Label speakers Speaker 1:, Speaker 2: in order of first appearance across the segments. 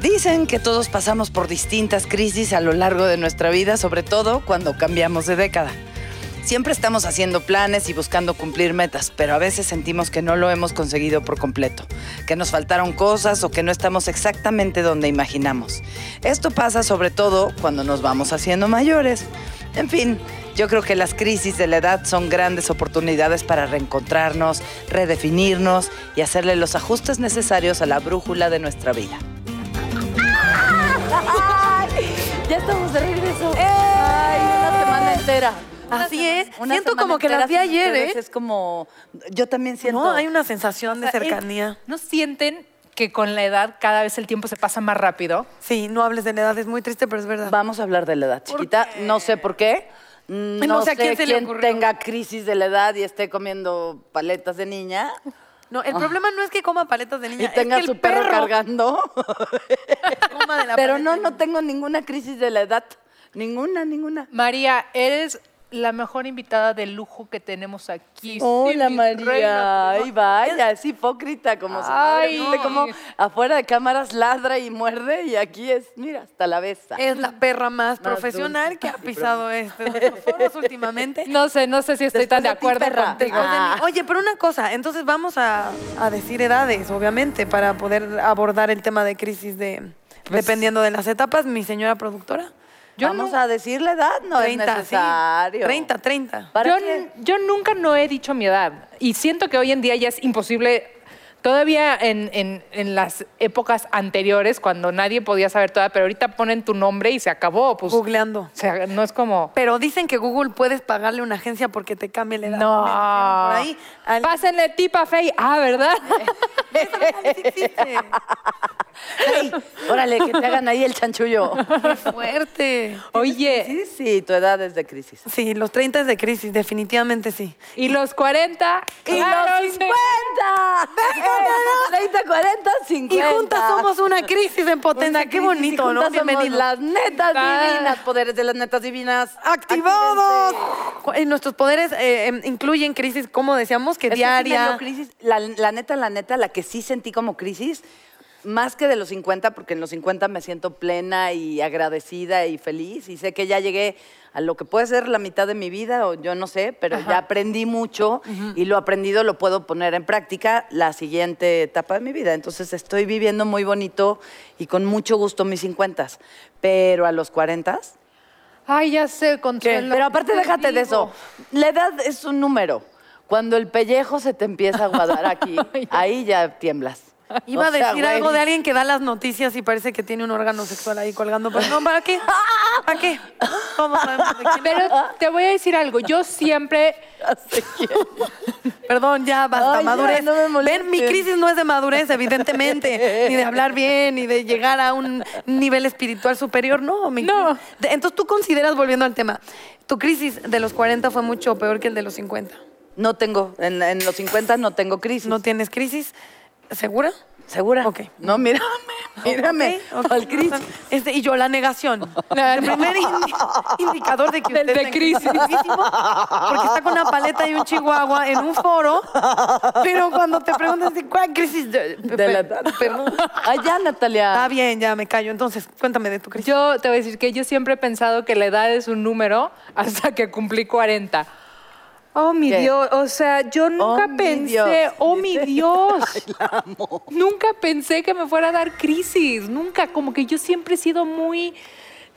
Speaker 1: Dicen que todos pasamos por distintas crisis a lo largo de nuestra vida, sobre todo cuando cambiamos de década. Siempre estamos haciendo planes y buscando cumplir metas, pero a veces sentimos que no lo hemos conseguido por completo, que nos faltaron cosas o que no estamos exactamente donde imaginamos. Esto pasa sobre todo cuando nos vamos haciendo mayores. En fin, yo creo que las crisis de la edad son grandes oportunidades para reencontrarnos, redefinirnos y hacerle los ajustes necesarios a la brújula de nuestra vida.
Speaker 2: Ya estamos de regreso. Ay, una semana entera.
Speaker 3: Así
Speaker 2: ¡Eh! Una
Speaker 3: es.
Speaker 2: sema- una
Speaker 3: Siento
Speaker 2: semana
Speaker 3: como que
Speaker 2: entera
Speaker 3: las vi
Speaker 2: sin
Speaker 3: ayer,
Speaker 2: ustedes
Speaker 3: ¿eh?
Speaker 2: Es como, yo también siento.
Speaker 3: No, hay una sensación de
Speaker 4: sea, es-
Speaker 3: cercanía.
Speaker 4: ¿No sienten que con la edad cada vez el tiempo se pasa más rápido?
Speaker 3: Sí, no hables de la edad, es muy triste, pero es verdad.
Speaker 2: Vamos a hablar de la edad, chiquita. No sé por qué. No,
Speaker 3: No sé
Speaker 2: sé
Speaker 3: a quién se le
Speaker 2: quién
Speaker 3: ocurrió.
Speaker 2: tenga crisis de la edad y esté comiendo paletas de niña
Speaker 3: No,
Speaker 4: Ah.
Speaker 3: el problema no es que coma paletas de niña,
Speaker 2: y
Speaker 3: es
Speaker 2: tenga
Speaker 3: que el
Speaker 2: su perro, cargando.
Speaker 3: coma de la
Speaker 2: Pero
Speaker 3: paleta
Speaker 2: no, no
Speaker 3: de niña.
Speaker 2: tengo ninguna crisis de la edad. Ninguna, ninguna.
Speaker 4: María, eres la mejor invitada de lujo que tenemos aquí.
Speaker 2: Hola
Speaker 4: Sí, mi
Speaker 2: María,
Speaker 4: reina.
Speaker 2: ay vaya, es hipócrita como su madre,
Speaker 4: Ay.
Speaker 2: ¿viste cómo afuera de cámaras ladra y muerde y aquí es, mira, hasta la besa.
Speaker 3: Es la perra
Speaker 2: Más
Speaker 3: más profesional
Speaker 2: dulce.
Speaker 3: que ha pisado este nuestros foros últimamente.
Speaker 4: No sé, no sé si estoy
Speaker 2: Después
Speaker 4: tan de
Speaker 2: de ti,
Speaker 4: acuerdo
Speaker 2: perra.
Speaker 4: contigo.
Speaker 3: Después de mí.
Speaker 2: Ah.
Speaker 3: Oye, pero una cosa, entonces vamos a, a decir edades, obviamente, para poder abordar el tema de crisis de
Speaker 2: Pues
Speaker 3: dependiendo de las etapas, mi señora productora.
Speaker 4: Yo
Speaker 2: Vamos
Speaker 4: no-
Speaker 2: a decir la edad, no es
Speaker 3: sí.
Speaker 2: necesario.
Speaker 3: 30, 30.
Speaker 2: ¿Para
Speaker 4: yo,
Speaker 2: qué?
Speaker 4: yo nunca no he dicho mi edad y siento que hoy en día ya es imposible. Todavía en, en- en las épocas anteriores, cuando nadie podía saber toda, pero ahorita ponen tu nombre y se acabó. Pues, o
Speaker 3: Googleando.
Speaker 4: sea, no es como...
Speaker 3: Pero dicen que Google puedes pagarle una agencia porque te cambie la edad.
Speaker 4: No.
Speaker 3: Me dijeron Por ahí. Al-
Speaker 4: Pásenle tipa fey. Ah, ¿verdad?
Speaker 3: Ah, Sí existe.
Speaker 2: Ay, órale, que te hagan ahí el chanchullo.
Speaker 3: Qué fuerte.
Speaker 4: Oye,
Speaker 2: Sí, sí, tu edad es de crisis.
Speaker 3: Sí, los 30 es de crisis, definitivamente sí.
Speaker 4: y los 40.
Speaker 2: ¡Y
Speaker 4: Claro,
Speaker 2: los Eh,
Speaker 4: sí.
Speaker 2: 50! ¡Venga, 30, 40, 50!
Speaker 3: Y juntas somos una crisis en potencia.
Speaker 2: Una
Speaker 3: Qué
Speaker 2: crisis y
Speaker 3: bonito,
Speaker 2: juntas
Speaker 3: ¿no?
Speaker 2: somos
Speaker 3: Bienvenido.
Speaker 2: las netas
Speaker 4: Ah.
Speaker 2: divinas, poderes de las netas divinas.
Speaker 3: ¡Activados!
Speaker 2: Actívense.
Speaker 3: Cu- eh, Nuestros poderes eh, em, incluyen crisis, como decíamos, que
Speaker 2: Es que sí me
Speaker 3: diaria.
Speaker 2: dio crisis. La, la neta, la neta, la que sí sentí como crisis, más que de los 50, porque en los 50 me siento plena y agradecida y feliz. Y sé que ya llegué a lo que puede ser la mitad de mi vida, o yo no sé, pero ya aprendí mucho y lo aprendido lo puedo poner en práctica la siguiente etapa de mi vida. Entonces estoy viviendo muy bonito y con mucho gusto mis 50. Pero a los 40
Speaker 4: Ay, ya sé, Consuelo.
Speaker 2: pero aparte,
Speaker 4: Ay,
Speaker 2: déjate de eso.
Speaker 4: digo.
Speaker 2: La edad es un número. Cuando el pellejo se te empieza a aguadar aquí, ahí ya tiemblas.
Speaker 3: Iba
Speaker 2: O
Speaker 3: a
Speaker 2: sea,
Speaker 3: decir
Speaker 2: güey,
Speaker 3: algo de alguien que da las noticias y parece que tiene un órgano sexual ahí colgando. Pero no, ¿para qué? ¿Para qué? ¿Cómo sabemos de quién?
Speaker 4: Pero te voy a decir algo. Yo siempre.
Speaker 2: no sé quién.
Speaker 3: Perdón, ya basta,
Speaker 2: Ay, ya,
Speaker 3: madurez.
Speaker 2: no me molestes.
Speaker 3: Ven, mi crisis no es de madurez, evidentemente, ni de hablar bien, ni de llegar a un nivel espiritual superior, no. mi
Speaker 4: No.
Speaker 3: crisis- de- Entonces tú consideras, volviendo al tema, tu crisis de los 40 fue mucho peor que el de los 50.
Speaker 2: No tengo, en, en los 50 no tengo crisis.
Speaker 3: ¿No tienes crisis? ¿Segura?
Speaker 2: ¿Segura?
Speaker 3: Ok.
Speaker 2: No, mírame, mírame.
Speaker 3: Ok, ok.
Speaker 2: ¿Cuál crisis?
Speaker 3: Este, y yo la negación. El primer indi- indicador de que
Speaker 4: Del
Speaker 3: usted
Speaker 4: de
Speaker 3: está en crisis. Porque está con una paleta y un chihuahua en un foro, pero cuando te preguntan de cuál crisis de,
Speaker 2: De la edad.
Speaker 3: Perdón.
Speaker 2: Ay, ya, Natalia.
Speaker 3: Está bien, ya me callo. Entonces, cuéntame de tu crisis.
Speaker 4: Yo te voy a decir que yo siempre he pensado que la edad es un número hasta que cumplí 40. Oh, mi
Speaker 2: ¿Qué?
Speaker 4: Dios. O sea,
Speaker 3: Oh,
Speaker 4: yo nunca
Speaker 2: mi
Speaker 4: pensé.
Speaker 2: Dios,
Speaker 4: Oh, mi Dios. Nunca pensé que me fuera a dar crisis. Nunca. Como que yo siempre he sido muy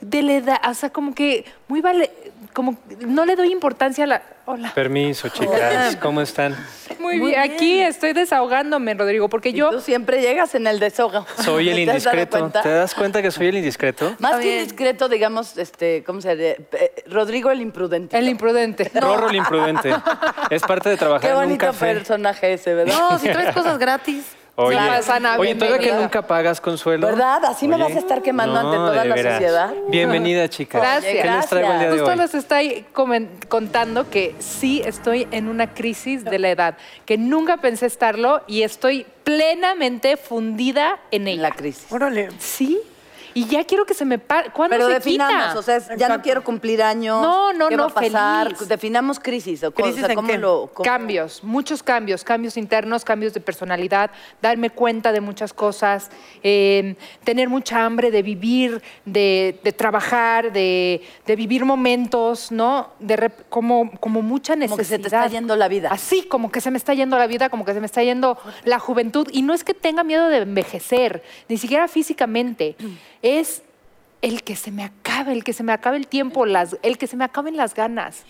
Speaker 4: de la edad. O sea, como que muy vale. Como no le doy importancia a la. Hola.
Speaker 5: Permiso, chicas. ¿Cómo están?
Speaker 4: Muy, bien. Aquí estoy desahogándome, Rodrigo, porque
Speaker 2: Y
Speaker 4: yo.
Speaker 2: tú siempre llegas en el desahogo.
Speaker 5: Soy el
Speaker 2: ¿Te has dado
Speaker 5: indiscreto.
Speaker 2: cuenta?
Speaker 5: ¿Te das cuenta que soy el indiscreto?
Speaker 2: Más
Speaker 3: Está
Speaker 2: que
Speaker 3: bien.
Speaker 2: indiscreto, digamos, este, ¿cómo se diría? Eh, Rodrigo el imprudente.
Speaker 4: El imprudente.
Speaker 5: Rorro el imprudente. Es parte de trabajar
Speaker 2: Qué
Speaker 5: en un
Speaker 2: bonito
Speaker 5: café.
Speaker 2: personaje ese, ¿verdad?
Speaker 3: No, si traes cosas gratis.
Speaker 5: Oye,
Speaker 4: Claro, Sana,
Speaker 5: oye todavía que
Speaker 4: bienvenida.
Speaker 5: nunca pagas consuelo.
Speaker 2: ¿Verdad? Así me vas a estar quemando ante
Speaker 5: no,
Speaker 2: toda
Speaker 5: de
Speaker 2: la
Speaker 5: veras.
Speaker 2: sociedad.
Speaker 5: Bienvenida, chicas.
Speaker 4: Gracias.
Speaker 5: ¿Qué les traigo el día de
Speaker 4: Justo
Speaker 5: hoy?
Speaker 4: les estoy comen- contando que sí estoy en una crisis de la edad, que nunca pensé estarlo y estoy plenamente fundida en
Speaker 2: en
Speaker 4: ella.
Speaker 2: la crisis.
Speaker 3: Órale.
Speaker 4: Sí. Y ya quiero que se me pare. ¿Cuándo
Speaker 2: Pero
Speaker 4: Ah, se
Speaker 2: definamos,
Speaker 4: quita?
Speaker 2: o sea, es- ya no quiero cumplir años.
Speaker 4: No, no,
Speaker 2: ¿qué
Speaker 4: no,
Speaker 2: va a pasar?
Speaker 4: feliz.
Speaker 2: Definamos crisis. O co-
Speaker 3: ¿Crisis
Speaker 2: o sea,
Speaker 3: en
Speaker 2: ¿cómo
Speaker 3: qué?
Speaker 2: lo, cómo-
Speaker 4: Cambios, muchos cambios, cambios internos, cambios de personalidad, darme cuenta de muchas cosas, eh, tener mucha hambre de vivir, de, de trabajar, de, de vivir momentos, ¿no? De rep- como, como mucha necesidad.
Speaker 2: Como que se te está yendo la vida.
Speaker 4: Así, como que se me está yendo la vida, como que se me está yendo la juventud. Y no es que tenga miedo de envejecer, ni siquiera físicamente.
Speaker 2: Mm.
Speaker 4: Es el que se me acabe, el que se me acabe el tiempo, las, el que se me acaben las ganas.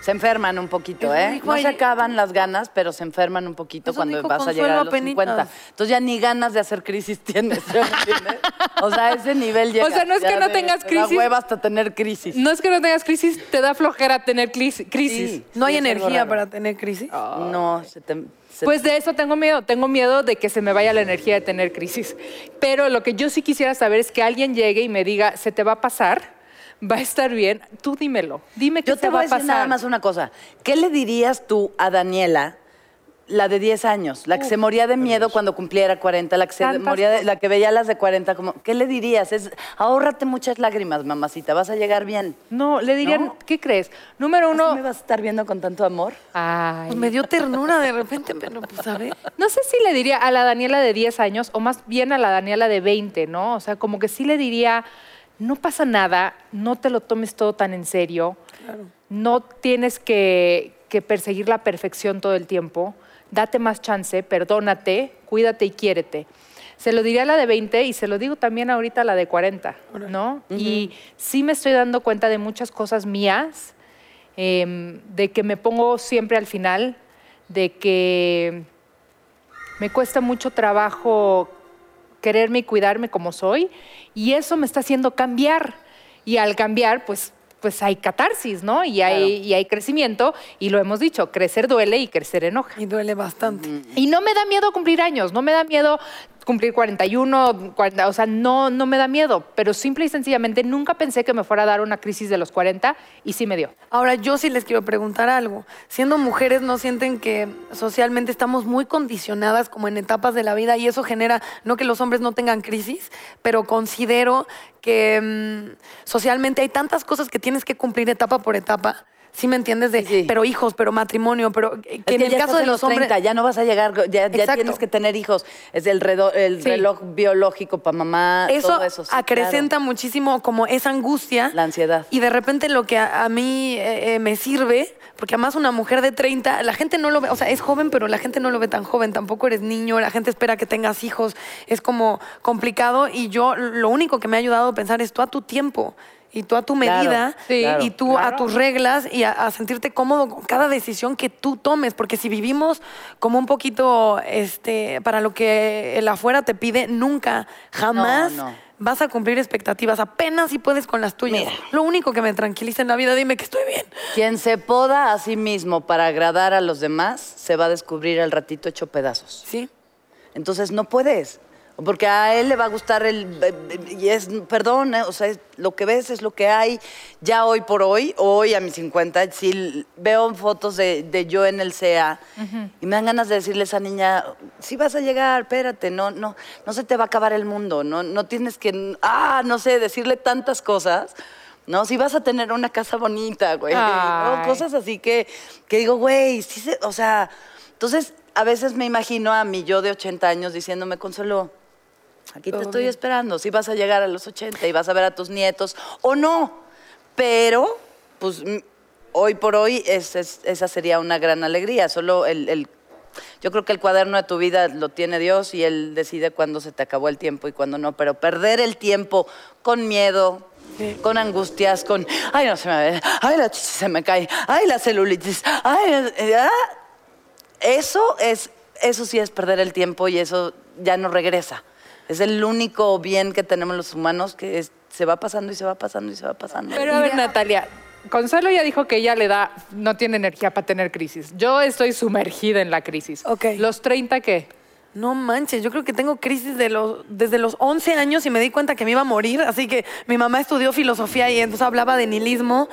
Speaker 2: Se enferman un poquito,
Speaker 3: Es
Speaker 2: ¿eh?
Speaker 3: rico
Speaker 2: No se
Speaker 3: ahí-
Speaker 2: acaban las ganas, pero se enferman un poquito
Speaker 4: Pues,
Speaker 3: Es un
Speaker 2: cuando
Speaker 3: rico
Speaker 2: vas a llegar a
Speaker 3: consuelo
Speaker 2: los
Speaker 3: apenitas.
Speaker 2: 50. Entonces ya ni ganas de hacer crisis tienes, ¿ya me entiendes? O sea, ese nivel llega.
Speaker 4: O sea, no es
Speaker 2: ya
Speaker 4: que no
Speaker 2: de-
Speaker 4: tengas
Speaker 2: te da
Speaker 4: crisis.
Speaker 2: hueva hasta tener crisis.
Speaker 4: No es que no tengas crisis, te da flojera tener clis- crisis.
Speaker 2: Sí.
Speaker 3: No hay
Speaker 2: es algo
Speaker 3: energía
Speaker 2: raro.
Speaker 3: para tener crisis.
Speaker 2: No, se te... se-
Speaker 4: Pues de eso tengo miedo. Tengo miedo de que se me vaya la energía de tener crisis. Pero lo que yo sí quisiera saber es que alguien llegue y me diga, se te va a pasar, va a estar bien. Tú dímelo. Dime qué
Speaker 2: Yo
Speaker 4: te,
Speaker 2: te
Speaker 4: va
Speaker 2: voy a
Speaker 4: a
Speaker 2: decir
Speaker 4: pasar.
Speaker 2: nada más una cosa. ¿Qué le dirías tú a Daniela, la de 10 años, la que se moría de miedo cuando cumpliera 40, la que se
Speaker 4: Tantas
Speaker 2: moría de- la que veía las de 40 como ¿qué le dirías? Es ahórrate muchas lágrimas, mamacita, vas a llegar bien.
Speaker 4: No, le dirían, ¿qué crees? Número
Speaker 2: ¿No me
Speaker 4: uno.
Speaker 2: vas a estar viendo con tanto amor?
Speaker 4: Ay.
Speaker 3: Pues Me dio ternura de repente, pero pues a ver.
Speaker 4: No sé si le diría a la Daniela de 10 años o más bien a la Daniela de 20, ¿no? O sea, como que sí le diría, no pasa nada, no te lo tomes todo tan en serio, no tienes que, que perseguir la perfección todo el tiempo, date más chance, perdónate, cuídate y quiérete. Se lo diría a la de 20 y se lo digo también ahorita a la de 40, ¿no? Y sí me estoy dando cuenta de muchas cosas mías, em, de que me pongo siempre al final, de que me cuesta mucho trabajo quererme y cuidarme como soy y eso me está haciendo cambiar y al cambiar pues pues hay catarsis, ¿no? Y hay, y hay crecimiento y lo hemos dicho, crecer duele y crecer enoja.
Speaker 3: Y duele bastante.
Speaker 4: Y no me da miedo cumplir años, no me da miedo cumplir 41, 40, o sea, no, no me da miedo, pero simple y sencillamente nunca pensé que me fuera a dar una crisis de los 40 y sí me dio.
Speaker 3: Ahora, yo sí les quiero preguntar algo. Siendo mujeres, ¿no sienten que socialmente estamos muy condicionadas como en etapas de la vida y eso genera, no que los hombres no tengan crisis, pero considero que mm, socialmente hay tantas cosas que tienes que cumplir etapa por etapa. ¿Sí me entiendes? De,
Speaker 2: Sí, sí.
Speaker 3: pero hijos, pero matrimonio, pero eh, que
Speaker 2: Es
Speaker 3: en
Speaker 2: que
Speaker 3: el
Speaker 2: ya
Speaker 3: caso
Speaker 2: estás
Speaker 3: de
Speaker 2: en
Speaker 3: los, hombres...
Speaker 2: 30, ya no vas a llegar, ya, ya
Speaker 3: Exacto.
Speaker 2: tienes que tener hijos. Es el, redo- el
Speaker 4: Sí.
Speaker 2: reloj biológico para mamá,
Speaker 3: eso,
Speaker 2: todo eso. sí, claro.
Speaker 3: acrecenta muchísimo como esa angustia.
Speaker 2: La ansiedad.
Speaker 3: Y de repente lo que a, a mí eh, eh, me sirve, porque además una mujer de 30, la gente no lo ve, o sea, es joven, pero la gente no lo ve tan joven, tampoco eres niño, la gente espera que tengas hijos, es como complicado y yo lo único que me ha ayudado a pensar es tú a tu tiempo. Y tú a tu
Speaker 2: Claro,
Speaker 3: medida,
Speaker 4: sí,
Speaker 3: y tú
Speaker 4: claro.
Speaker 3: a tus reglas, y a, a sentirte cómodo con cada decisión que tú tomes. Porque si vivimos como un poquito este, para lo que el afuera te pide, nunca, jamás
Speaker 2: No, no.
Speaker 3: vas a cumplir expectativas. Apenas si puedes con las tuyas.
Speaker 2: Mira.
Speaker 3: Lo único que me tranquiliza en la vida, dime que estoy bien.
Speaker 2: Quien se poda a sí mismo para agradar a los demás, se va a descubrir al ratito hecho pedazos.
Speaker 3: ¿Sí?
Speaker 2: Entonces no puedes, porque a él le va a gustar el... eh, Y es, perdón, eh, o sea, es- lo que ves es lo que hay. Ya hoy por hoy, hoy a mis 50, sí veo fotos de, de yo en el CEA y me dan ganas de decirle a esa niña, sí vas a llegar, espérate, no, no, no se te va a acabar el mundo, no, no tienes que, ah, no sé, decirle tantas cosas. No, si vas a tener una casa bonita, güey. ¿no?
Speaker 4: Ay.
Speaker 2: Cosas cosas así que, que digo, güey, sí se, o sea, entonces a veces me imagino a mi yo de 80 años diciéndome, Consuelo, aquí te estoy esperando, si vas a llegar a los 80 y vas a ver a tus nietos o no, pero pues mm, hoy por hoy es- es- esa sería una gran alegría, solo el... el- yo creo que el cuaderno de tu vida lo tiene Dios y Él decide cuándo se te acabó el tiempo y cuándo no, pero perder el tiempo con miedo, con angustias, con, ay, no se me ve, ay, la chichi se me cae, ay, la celulitis, ay, eh, ah, eso es, eso sí es perder el tiempo y eso ya no regresa. Es el único bien que tenemos los humanos que es- se va pasando y se va pasando y se va pasando.
Speaker 4: Pero a ver, Natalia, Consuelo ya dijo que ella le da, no tiene energía para tener crisis. Yo estoy sumergida en la crisis.
Speaker 3: Ok.
Speaker 4: ¿Los 30 qué?
Speaker 3: No manches, yo creo que tengo crisis de los, desde los 11 años y me di cuenta que me iba a morir, así que mi mamá estudió filosofía y entonces hablaba de nihilismo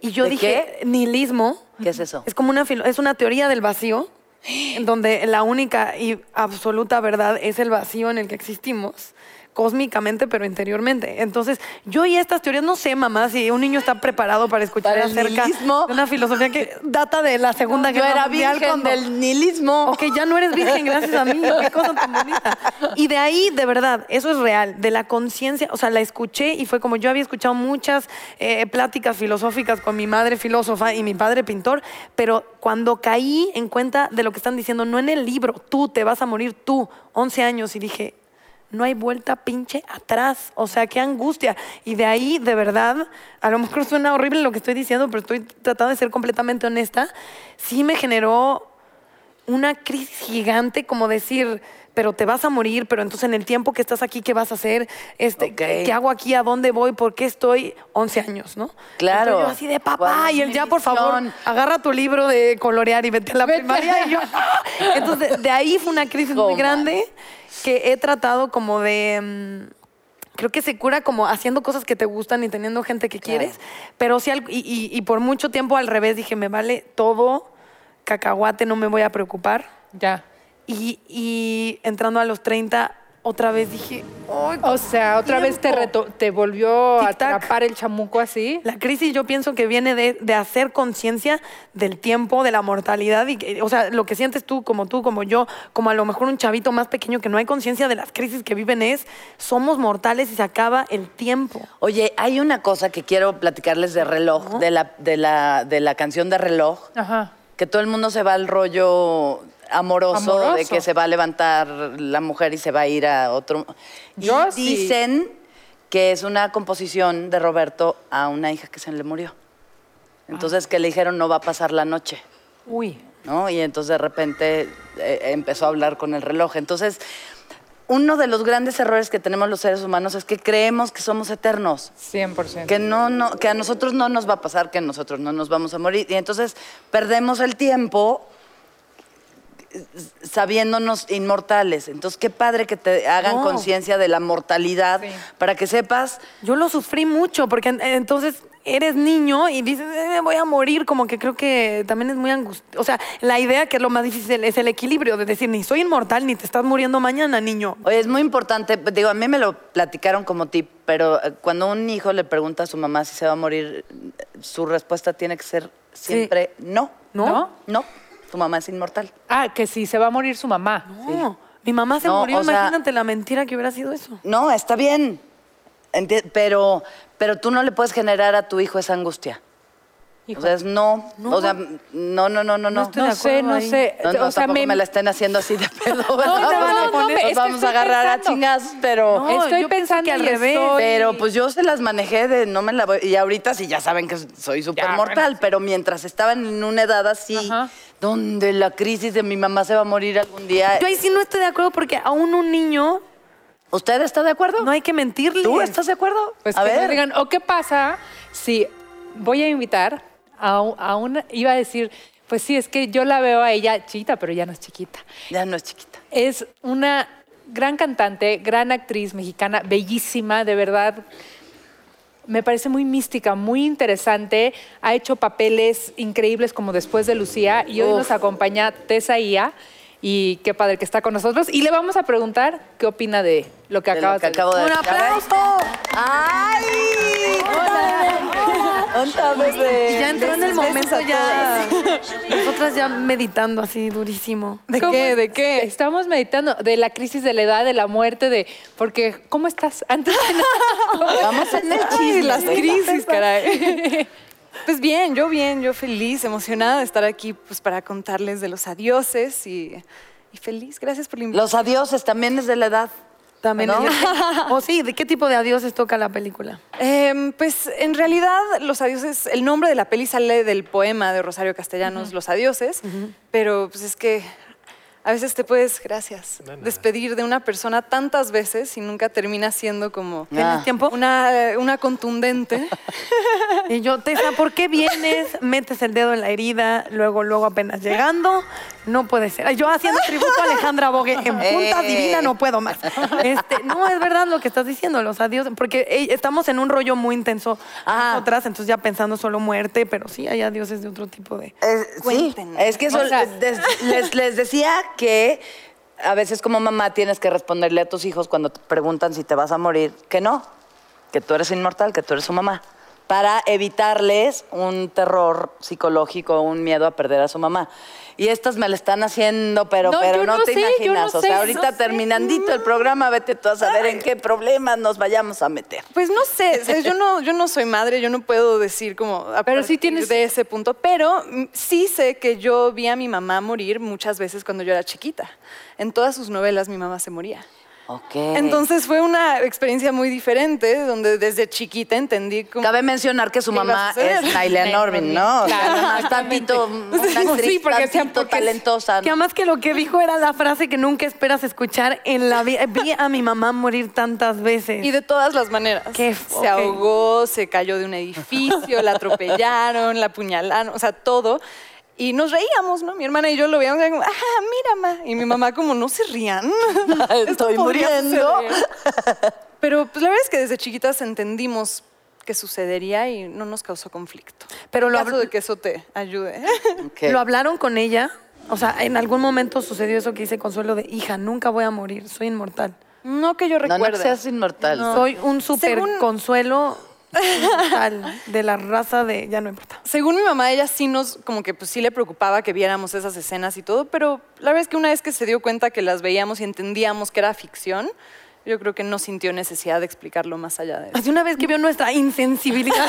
Speaker 3: y yo
Speaker 2: ¿De
Speaker 3: dije, nihilismo.
Speaker 2: ¿Qué es eso?
Speaker 3: Es como una, filo- es una teoría del vacío, en donde la única y absoluta verdad es el vacío en el que existimos. cósmicamente, pero interiormente. Entonces, yo y estas teorías, no sé, mamá, si un niño está preparado para escuchar
Speaker 2: Para el
Speaker 3: acerca
Speaker 2: nihilismo.
Speaker 3: de una filosofía que data de la Segunda
Speaker 2: Yo
Speaker 3: Guerra
Speaker 2: era
Speaker 3: Mundial.
Speaker 2: virgen
Speaker 3: cuando-
Speaker 2: del nihilismo.
Speaker 3: Ok, ya no eres virgen gracias a mí. Qué cosa tan bonita. Y de ahí, de verdad, eso es real, de la conciencia. O sea, la escuché y fue como yo había escuchado muchas eh, pláticas filosóficas con mi madre filósofa y mi padre pintor, pero cuando caí en cuenta de lo que están diciendo, no en el libro, tú te vas a morir tú, 11 años, y dije, no hay vuelta pinche atrás. O sea, qué angustia. Y de ahí, de verdad, a lo mejor suena horrible lo que estoy diciendo, pero estoy tratando de ser completamente honesta. Sí me generó una crisis gigante, como decir, pero te vas a morir, pero entonces en el tiempo que estás aquí, ¿qué vas a hacer? Este,
Speaker 2: Ok.
Speaker 3: ¿Qué hago aquí? ¿A dónde voy? ¿Por qué estoy 11 años, no?
Speaker 2: Claro.
Speaker 3: Entonces yo así de papá,
Speaker 2: ¿Cuál
Speaker 3: y
Speaker 2: es
Speaker 3: él
Speaker 2: mi
Speaker 3: ya, por favor,
Speaker 2: misión?
Speaker 3: agarra tu libro de colorear y vete a la primaria. Y yo, "Ah". Entonces, de, de ahí fue una crisis muy
Speaker 2: Toma.
Speaker 3: grande que he tratado como de... mm, Creo que se cura como haciendo cosas que te gustan y teniendo gente que quieres, pero sí, al- y, y- y por mucho tiempo al revés dije, me vale todo, cacahuate, no me voy a preocupar.
Speaker 4: Ya.
Speaker 3: Y, y entrando a los 30, otra vez dije, "Ay,
Speaker 4: O sea, otra vez te,
Speaker 3: tiempo".
Speaker 4: reto- te volvió a
Speaker 3: Tic-tac.
Speaker 4: atrapar el chamuco así.
Speaker 3: La crisis yo pienso que viene de, de hacer conciencia del tiempo, de la mortalidad, y, que- o sea, lo que sientes tú, como tú, como yo, como a lo mejor un chavito más pequeño que no hay conciencia de las crisis que viven es, somos mortales y se acaba el tiempo.
Speaker 2: Oye, hay una cosa que quiero platicarles de reloj, de, la, de, la, de la canción de reloj,
Speaker 4: Ajá.
Speaker 2: que todo el mundo se va al rollo amoroso,
Speaker 4: Amoroso.
Speaker 2: de que se va a levantar la mujer y se va a ir a otro. Y
Speaker 4: Yo sí.
Speaker 2: dicen que es una composición de Roberto a una hija que se le murió. Entonces que le dijeron no va a pasar la noche.
Speaker 4: Uy.
Speaker 2: ¿no? Y entonces de repente eh, empezó a hablar con el reloj. Entonces, uno de los grandes errores que tenemos los seres humanos es que creemos que somos eternos.
Speaker 4: 100%.
Speaker 2: Que, no, no, que a nosotros no nos va a pasar, que nosotros no nos vamos a morir. Y entonces perdemos el tiempo eh, sabiéndonos inmortales. Entonces, qué padre que te hagan
Speaker 3: No.
Speaker 2: conciencia de la mortalidad
Speaker 4: Sí.
Speaker 2: para que sepas
Speaker 3: Yo lo sufrí mucho, porque en- entonces eres niño y dices, "Eh, me voy a morir, como que creo que también es muy angustioso. O sea, la idea que es lo más difícil es el equilibrio, de decir, ni soy inmortal, ni te estás muriendo mañana, niño.
Speaker 2: Oye, es muy importante, digo, a mí me lo platicaron como tip, pero eh, cuando un hijo le pregunta a su mamá si se va a morir, eh, su respuesta tiene que ser siempre no.
Speaker 3: ¿No?
Speaker 2: No, tu mamá es inmortal.
Speaker 4: Ah, que sí, se va a morir su mamá.
Speaker 3: No, mi mamá se
Speaker 2: No,
Speaker 3: murió,
Speaker 2: o sea-
Speaker 3: imagínate la mentira que hubiera sido eso.
Speaker 2: No, está bien, Enti- pero, pero tú no le puedes generar a tu hijo esa angustia. O sea, es no, o sea, no, no, no, no, no.
Speaker 3: estoy de
Speaker 4: No sé,
Speaker 3: acuerdo
Speaker 4: no
Speaker 3: ahí.
Speaker 4: sé.
Speaker 2: No, no,
Speaker 4: o sea,
Speaker 2: tampoco me... la estén haciendo así de pedo. ¿verdad?
Speaker 4: no, no, no, me- es
Speaker 2: Nos
Speaker 4: que
Speaker 2: vamos
Speaker 4: estoy
Speaker 2: a agarrar
Speaker 4: pensando.
Speaker 2: a chingas, pero...
Speaker 3: No,
Speaker 4: estoy
Speaker 3: yo pensé
Speaker 4: pensando
Speaker 3: que al
Speaker 4: y
Speaker 3: revés.
Speaker 4: estoy-
Speaker 2: Pero pues yo se las manejé de no me la voy. Y ahorita sí ya saben que soy súper mortal, pero mientras estaban en una edad así,
Speaker 4: Ajá.
Speaker 2: donde la crisis de mi mamá se va a morir algún día.
Speaker 3: Yo ahí sí no estoy de acuerdo porque aún un niño
Speaker 2: ¿Usted está de acuerdo?
Speaker 3: no hay que mentirle.
Speaker 2: ¿Tú estás de acuerdo?
Speaker 4: Pues
Speaker 2: a
Speaker 4: que me
Speaker 2: ver.
Speaker 4: digan, ¿o qué pasa si voy a invitar a, un- a una, iba a decir, pues sí, es que yo la veo a ella chiquita, pero ya no es chiquita.
Speaker 2: Ya no es chiquita.
Speaker 4: Es una gran cantante, gran actriz mexicana, bellísima, de verdad. Me parece muy mística, muy interesante. Ha hecho papeles increíbles como después de Lucía y hoy
Speaker 2: Uf.
Speaker 4: nos acompaña Tessa Ia. Y qué padre que está con nosotros. Y le vamos a preguntar qué opina de lo que
Speaker 2: De lo
Speaker 4: acabas
Speaker 2: que
Speaker 4: de
Speaker 2: acabo de
Speaker 3: ¡Un
Speaker 2: decir. A ver.
Speaker 3: aplauso!
Speaker 2: ¡Ay! ¡Hola! bebé!
Speaker 3: Y ya entró en el
Speaker 2: Besos,
Speaker 3: momento
Speaker 2: besos a
Speaker 3: ya.
Speaker 2: todas.
Speaker 3: Nosotras ya meditando así durísimo.
Speaker 4: ¿De qué? ¿De qué? Estamos meditando de la crisis de la edad, de la muerte, de... Porque, ¿cómo estás? Antes de nada,
Speaker 2: Vamos en el chisme.
Speaker 6: las crisis, caray. Pues bien, yo bien, yo feliz, emocionada de estar aquí pues para contarles de los adioses y, y feliz. Gracias por la invitación.
Speaker 2: Los adioses también es de la edad.
Speaker 3: También.
Speaker 2: ¿No?
Speaker 3: O sí, ¿de qué tipo de adioses toca la película?
Speaker 6: Em, pues en realidad los adioses, el nombre de la peli sale del poema de Rosario Castellanos, Los adioses, pero pues es que a veces te puedes, gracias, despedir de una persona tantas veces y nunca termina siendo como
Speaker 2: Ah.
Speaker 3: tiempo?
Speaker 6: una, una contundente.
Speaker 3: Y yo, Tessa, ¿por qué vienes? Metes el dedo en la herida, luego, luego apenas llegando. No puede ser. Yo haciendo tributo a Alejandra Bogue en punta
Speaker 2: Eh.
Speaker 3: divina no puedo más. Este, no, es verdad lo que estás diciendo, los adiós, porque ey, estamos en un rollo muy intenso
Speaker 2: Ah.
Speaker 3: otras, entonces ya pensando solo muerte, pero sí hay adioses
Speaker 7: Eh,
Speaker 3: de otro tipo de.
Speaker 2: Es, sí,
Speaker 6: Cuéntenos.
Speaker 2: es que eso-
Speaker 4: O sea-
Speaker 2: des- les, les decía que a veces como mamá tienes que responderle a tus hijos cuando te preguntan si te vas a morir, que no, que tú eres inmortal, que tú eres su mamá, para evitarles un terror psicológico, un miedo a perder a su mamá. Y estas me la están haciendo, pero,
Speaker 4: No,
Speaker 2: pero
Speaker 4: yo
Speaker 2: no,
Speaker 4: no
Speaker 2: te
Speaker 4: sé, yo
Speaker 2: imaginas.
Speaker 4: no
Speaker 2: o sea,
Speaker 4: sé,
Speaker 2: ahorita
Speaker 4: no sé.
Speaker 2: terminandito el programa, vete tú a saber en qué problemas nos vayamos a meter.
Speaker 7: Pues no sé, o sea, yo, no, yo no soy madre, yo no puedo decir como a
Speaker 4: Pero sí
Speaker 7: partir
Speaker 4: tienes-
Speaker 7: de ese punto, pero mm, sí sé que yo vi a mi mamá morir muchas veces cuando yo era chiquita. En todas sus novelas mi mamá se moría.
Speaker 2: Ok.
Speaker 7: Entonces fue una experiencia muy diferente, donde desde chiquita entendí como...
Speaker 2: Cabe mencionar que su
Speaker 7: ¿Qué iba a
Speaker 2: mamá
Speaker 7: suceder?
Speaker 2: es Nailea Norvin, ¿no? O sea,
Speaker 4: Claro,
Speaker 2: además tantito, una actriz
Speaker 4: Sí, porque sea-
Speaker 2: tantito
Speaker 4: porque es-
Speaker 2: talentosa.
Speaker 3: Que además que lo que dijo era la frase que nunca esperas escuchar en la vida. Vi a mi mamá morir tantas veces.
Speaker 7: Y de todas las maneras.
Speaker 3: Qué
Speaker 7: se
Speaker 3: fu- ok.
Speaker 7: ahogó, se cayó de un edificio, la atropellaron, la apuñalaron, o sea, todo. Y nos reíamos, ¿no? Mi hermana y yo lo veíamos y era como, ajá, mira, ma. Y mi mamá como, no se rían. Esto
Speaker 2: Estoy
Speaker 7: podría
Speaker 2: muriendo.
Speaker 7: suceder. Pero pues, la verdad es que desde chiquitas entendimos que sucedería y no nos causó conflicto.
Speaker 3: Pero lo
Speaker 7: En caso
Speaker 3: habl-
Speaker 7: de que eso te ayude.
Speaker 2: Ok.
Speaker 3: ¿Lo hablaron con ella? O sea, en algún momento sucedió eso que dice Consuelo de hija, nunca voy a morir, soy inmortal.
Speaker 7: No que yo
Speaker 2: No, no
Speaker 7: recuerde.
Speaker 2: que seas inmortal.
Speaker 3: Soy un super
Speaker 7: Según-
Speaker 3: consuelo inmortal de la raza de ya no importa.
Speaker 7: Según mi mamá, ella sí nos, como que pues sí le preocupaba que viéramos esas escenas y todo, pero la verdad es que una vez que se dio cuenta que las veíamos y entendíamos que era ficción, yo creo que no sintió necesidad de explicarlo más allá de eso.
Speaker 3: Así una vez que vio nuestra insensibilidad,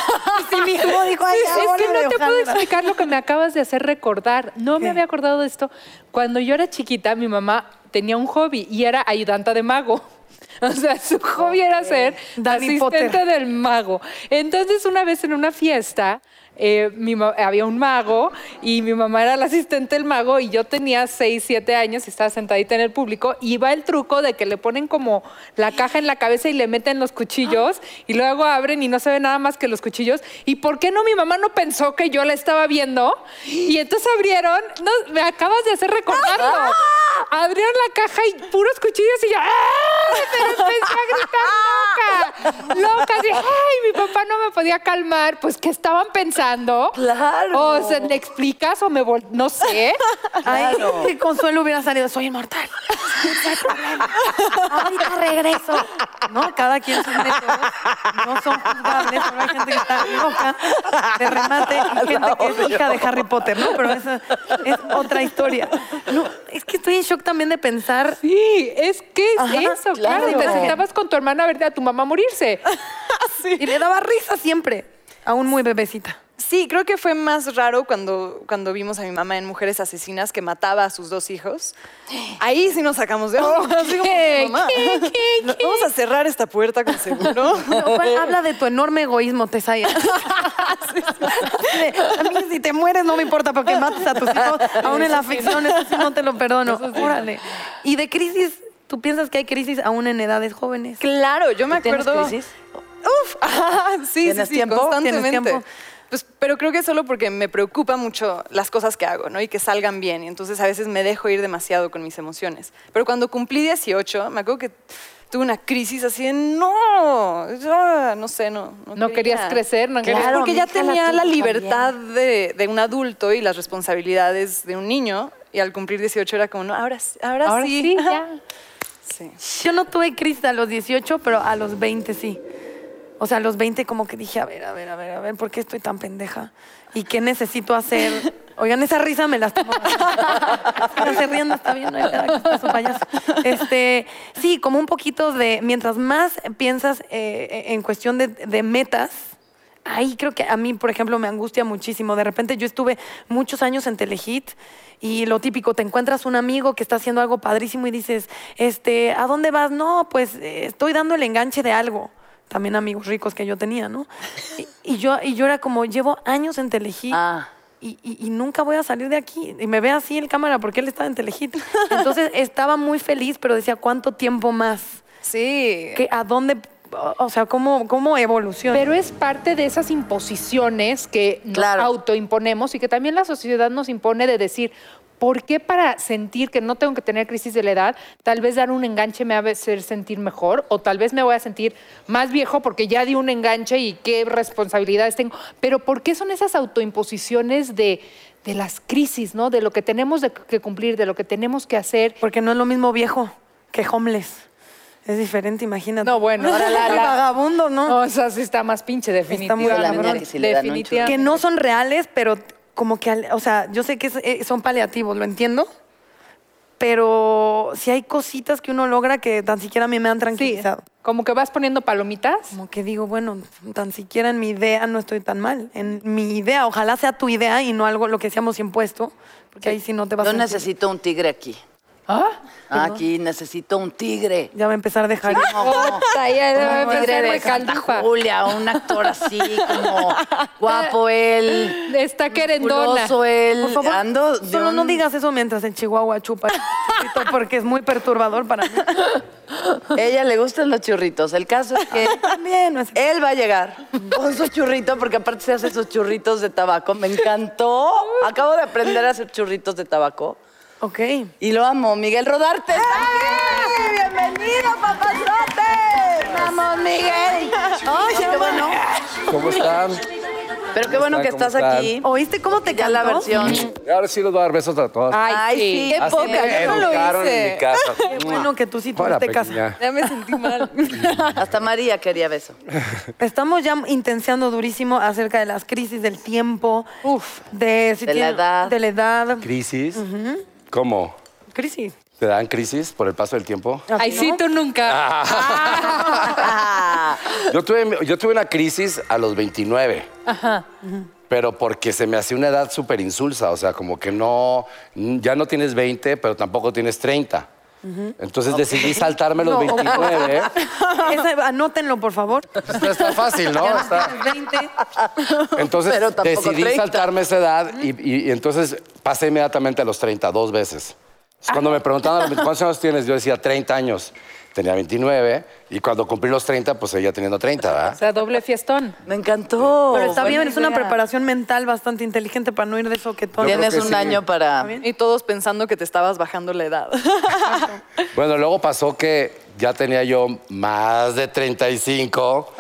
Speaker 3: sí mismo dijo, ay, ya,
Speaker 4: es que
Speaker 3: bola de
Speaker 4: no te puedo
Speaker 3: hojaldra".
Speaker 4: explicar lo que me acabas de hacer recordar. No me había acordado de esto. Cuando yo era chiquita, mi mamá tenía un hobby y era ayudanta de mago. O sea, su hobby era ser
Speaker 3: Danny
Speaker 4: asistente
Speaker 3: Potter.
Speaker 4: del mago. Entonces, una vez en una fiesta, eh, mi ma- había un mago y mi mamá era la asistente del mago y yo tenía 6, 7 años y estaba sentadita en el público y va el truco de que le ponen como la caja en la cabeza y le meten los cuchillos y luego abren y no se ve nada más que los cuchillos. ¿Y por qué no mi mamá no pensó que yo la estaba viendo? Y entonces abrieron, no, me acabas de hacer recordarlo. Abrieron la caja y puros cuchillos y yo ¡ah! Pero empecé a gritar loca, loca, así, ay, mi papá no me podía calmar, pues ¿qué estaban pensando?
Speaker 2: Claro.
Speaker 4: O se me explicas o me vol- no sé.
Speaker 3: Ay, que Consuelo hubiera salido, soy inmortal. No hay problema. Ahorita regreso. No, cada quien sus métodos. No son juzgables, pero hay gente que está loca de remate y gente que es hija de Harry Potter, ¿no? Pero esa es otra historia. No, es que estoy en shock también de pensar.
Speaker 4: Sí, es que es
Speaker 3: Ajá,
Speaker 4: eso, claro. Y te
Speaker 3: claro.
Speaker 4: sentabas con tu hermana a ver a tu mamá morirse.
Speaker 3: Y le daba risa siempre, aún muy bebecita.
Speaker 7: Sí, creo que fue más raro cuando, cuando vimos a mi mamá en Mujeres Asesinas que mataba a sus dos hijos. Ahí sí nos sacamos de onda. Así como, "Mamá, Vamos a cerrar esta puerta con seguro.
Speaker 3: Lo cual habla de tu enorme egoísmo, Tesaya. Así de, A mí, si te mueres, no me importa porque mates a tus hijos, aún en la ficción, eso sí no te lo perdono. Órale. Y de crisis, ¿tú piensas que hay crisis aún en edades jóvenes?
Speaker 7: Claro, yo me
Speaker 2: ¿Tienes
Speaker 7: acuerdo.
Speaker 2: crisis?
Speaker 7: Uf, ajá, sí,
Speaker 2: ¿Tienes
Speaker 7: sí, sí,
Speaker 2: tiempo?
Speaker 7: constantemente.
Speaker 3: ¿Tienes tiempo?
Speaker 7: Pues, pero creo que es solo porque me preocupa mucho las cosas que hago, ¿no? Y que salgan bien. Y entonces a veces me dejo ir demasiado con mis emociones. Pero cuando cumplí 18, me acuerdo que tuve una crisis así de no, ya, no sé, no.
Speaker 4: No querías crecer, no querías-
Speaker 7: Claro, porque ya
Speaker 2: Claro,
Speaker 7: tenía
Speaker 2: mija,
Speaker 7: la
Speaker 2: la tuya
Speaker 7: libertad de, de un adulto y las responsabilidades de un niño. Y al cumplir 18 era como, no, ahora, sí, ahora,
Speaker 4: Ahora
Speaker 7: sí.
Speaker 4: sí,
Speaker 7: ajá.
Speaker 4: ya.
Speaker 7: Sí.
Speaker 3: Yo no tuve crisis a los 18, pero a los 20 sí. O sea, a los 20 como que dije, a ver, a ver, a ver, a ver, ¿por qué estoy tan pendeja? ¿Y qué necesito hacer? Oigan, esa risa me lastimó. No se rían, no está bien, no hay nada, aquí está su payaso. Este, sí, como un poquito de, mientras más piensas eh, en cuestión de, de metas, ahí creo que a mí, por ejemplo, me angustia muchísimo. De repente yo estuve muchos años en Telehit y lo típico, te encuentras un amigo que está haciendo algo padrísimo y dices, este, ¿a dónde vas? No, pues eh, estoy dando el enganche de algo. También amigos ricos que yo tenía, ¿no? Y, y yo, y yo era como, llevo años en Telehit
Speaker 2: Ah.
Speaker 3: y, y- y nunca voy a salir de aquí. Y me ve así el cámara porque él estaba en Telehit. Entonces estaba muy feliz, pero decía, ¿cuánto tiempo más?
Speaker 7: Sí.
Speaker 3: ¿Qué- ¿A dónde? O- O sea, ¿cómo, cómo evoluciona?
Speaker 4: Pero es parte de esas imposiciones que nos
Speaker 2: Claro.
Speaker 4: autoimponemos y que también la sociedad nos impone de decir, ¿por qué para sentir que no tengo que tener crisis de la edad, tal vez dar un enganche me va a hacer sentir mejor o tal vez me voy a sentir más viejo porque ya di un enganche y qué responsabilidades tengo? Pero ¿por qué son esas autoimposiciones de de las crisis, ¿no? De lo que tenemos de- que cumplir, de lo que tenemos que hacer.
Speaker 3: Porque no es lo mismo viejo que homeless. Es diferente, imagínate.
Speaker 4: No, bueno, ahora la- la-
Speaker 3: vagabundo,
Speaker 2: Ah.
Speaker 3: ¿no?
Speaker 4: No, o sea, sí está más pinche,
Speaker 3: Está muy
Speaker 4: definitivamente.
Speaker 2: cabrón. La niña que sí le dan un
Speaker 4: Definitivamente.
Speaker 3: que no son reales, pero como que, al- o sea, yo sé que es- eh, son paliativos, lo entiendo, pero si hay cositas que uno logra que tan siquiera a mí me han
Speaker 4: Sí,
Speaker 3: tranquilizado.
Speaker 4: como que vas poniendo palomitas.
Speaker 3: Como que digo, bueno, tan siquiera en mi idea no estoy tan mal. En mi idea, ojalá sea tu idea y no algo lo que hacíamos impuesto, porque ahí sí no te vas
Speaker 2: Yo
Speaker 3: a sentir-
Speaker 2: necesito un tigre aquí.
Speaker 4: ¿Ah?
Speaker 2: Aquí necesito un tigre.
Speaker 3: Ya va a empezar a dejar.
Speaker 2: Sí, como-
Speaker 4: Puta, ya
Speaker 2: como
Speaker 4: debe
Speaker 2: un tigre
Speaker 4: empezar
Speaker 2: Oh, de
Speaker 4: de
Speaker 2: Santa
Speaker 4: caldufa.
Speaker 2: Julia, un actor así, como guapo él.
Speaker 4: Está querendona.
Speaker 2: musculoso eh. él.
Speaker 3: Por favor,
Speaker 2: Mm, Ando de
Speaker 3: solo no
Speaker 2: un-
Speaker 3: digas eso mientras en Chihuahua chupa, chupito, porque es muy perturbador para mí.
Speaker 2: Ella le gustan los churritos. El caso es que
Speaker 3: También, no es-
Speaker 2: él va a llegar con su churrito, porque aparte se hace sus churritos de tabaco. Me encantó. Acabo de aprender a hacer churritos de tabaco.
Speaker 3: Ok.
Speaker 2: Y lo amo, Miguel Rodarte. ¡Bienvenido, papazote! ¡Vamos, Miguel! ¡Ay, qué bueno!
Speaker 8: ¿Cómo están?
Speaker 2: Pero qué bueno
Speaker 8: están?
Speaker 2: que
Speaker 8: ¿Cómo
Speaker 2: estás
Speaker 8: están?
Speaker 2: aquí.
Speaker 3: ¿Oíste cómo te
Speaker 2: Ya la
Speaker 3: cantó?
Speaker 2: versión.
Speaker 8: Ahora sí les voy a dar besos a todas.
Speaker 4: Ay,
Speaker 2: Ay,
Speaker 4: sí.
Speaker 2: sí.
Speaker 7: Qué
Speaker 8: Así
Speaker 7: poca,
Speaker 8: me
Speaker 7: yo no lo
Speaker 8: educaron en
Speaker 7: hice.
Speaker 8: mi casa.
Speaker 3: Qué bueno que tú sí
Speaker 8: Hola,
Speaker 3: tuviste casa.
Speaker 8: pequeña.
Speaker 7: Ya me sentí mal.
Speaker 2: Hasta María quería beso.
Speaker 3: Estamos ya intenciando durísimo acerca de las crisis del tiempo,
Speaker 4: Uf.
Speaker 3: de, si
Speaker 2: De la
Speaker 3: tiene-
Speaker 2: edad.
Speaker 3: de la edad.
Speaker 8: ¿Crisis? ¿Cómo?
Speaker 3: Crisis.
Speaker 8: ¿Te dan crisis por el paso del tiempo?
Speaker 4: Ay, sí, tú
Speaker 8: Ah.
Speaker 4: nunca.
Speaker 2: Ah.
Speaker 8: Yo tuve, yo tuve una crisis a los 29. Ajá. Pero porque se me hacía una edad súper insulsa, o sea, como que no, ya no tienes 20, pero tampoco tienes 30. Entonces decidí saltarme los 29.
Speaker 3: Esa- anótenlo, por favor.
Speaker 8: Está, está fácil, ¿no? Está-
Speaker 3: 20.
Speaker 8: Entonces
Speaker 2: Pero tampoco
Speaker 8: decidí
Speaker 2: 30.
Speaker 8: saltarme esa edad y, y- y entonces pasé inmediatamente a los 30, dos veces. Entonces, Cuando me preguntaban, a los 20, ¿cuántos años tienes? Yo decía 30 años. Tenía 29 y cuando cumplí los 30, pues seguía teniendo 30,
Speaker 4: O
Speaker 8: ¿verdad?
Speaker 4: sea, doble fiestón.
Speaker 2: Me encantó.
Speaker 3: Pero está
Speaker 2: Buena
Speaker 3: bien, es una
Speaker 2: idea.
Speaker 3: preparación mental bastante inteligente para no ir de soquetón.
Speaker 8: Yo creo
Speaker 2: Tienes
Speaker 8: que
Speaker 2: un
Speaker 8: sí.
Speaker 2: año para.
Speaker 7: Y todos pensando que te estabas bajando la edad.
Speaker 8: Bueno, luego pasó que ya tenía yo más de 35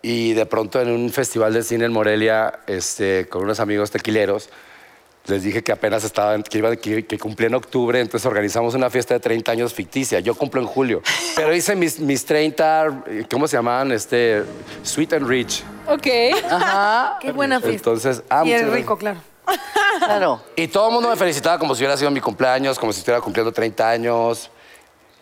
Speaker 8: y de pronto en un festival de cine en Morelia, este, con unos amigos tequileros, les dije que apenas estaba, en- que, iba, que, que cumplía en octubre, entonces organizamos una fiesta de 30 años ficticia. Yo cumplo en julio. Pero hice mis, mis 30, eh, ¿cómo se llamaban? Este, Sweet and Rich.
Speaker 4: Ok.
Speaker 3: Qué buena fiesta.
Speaker 8: Entonces, ah,
Speaker 3: y es
Speaker 8: muchas
Speaker 3: rico, claro.
Speaker 2: Claro.
Speaker 8: Y todo el mundo me felicitaba como si hubiera sido mi cumpleaños, como si estuviera cumpliendo 30 años.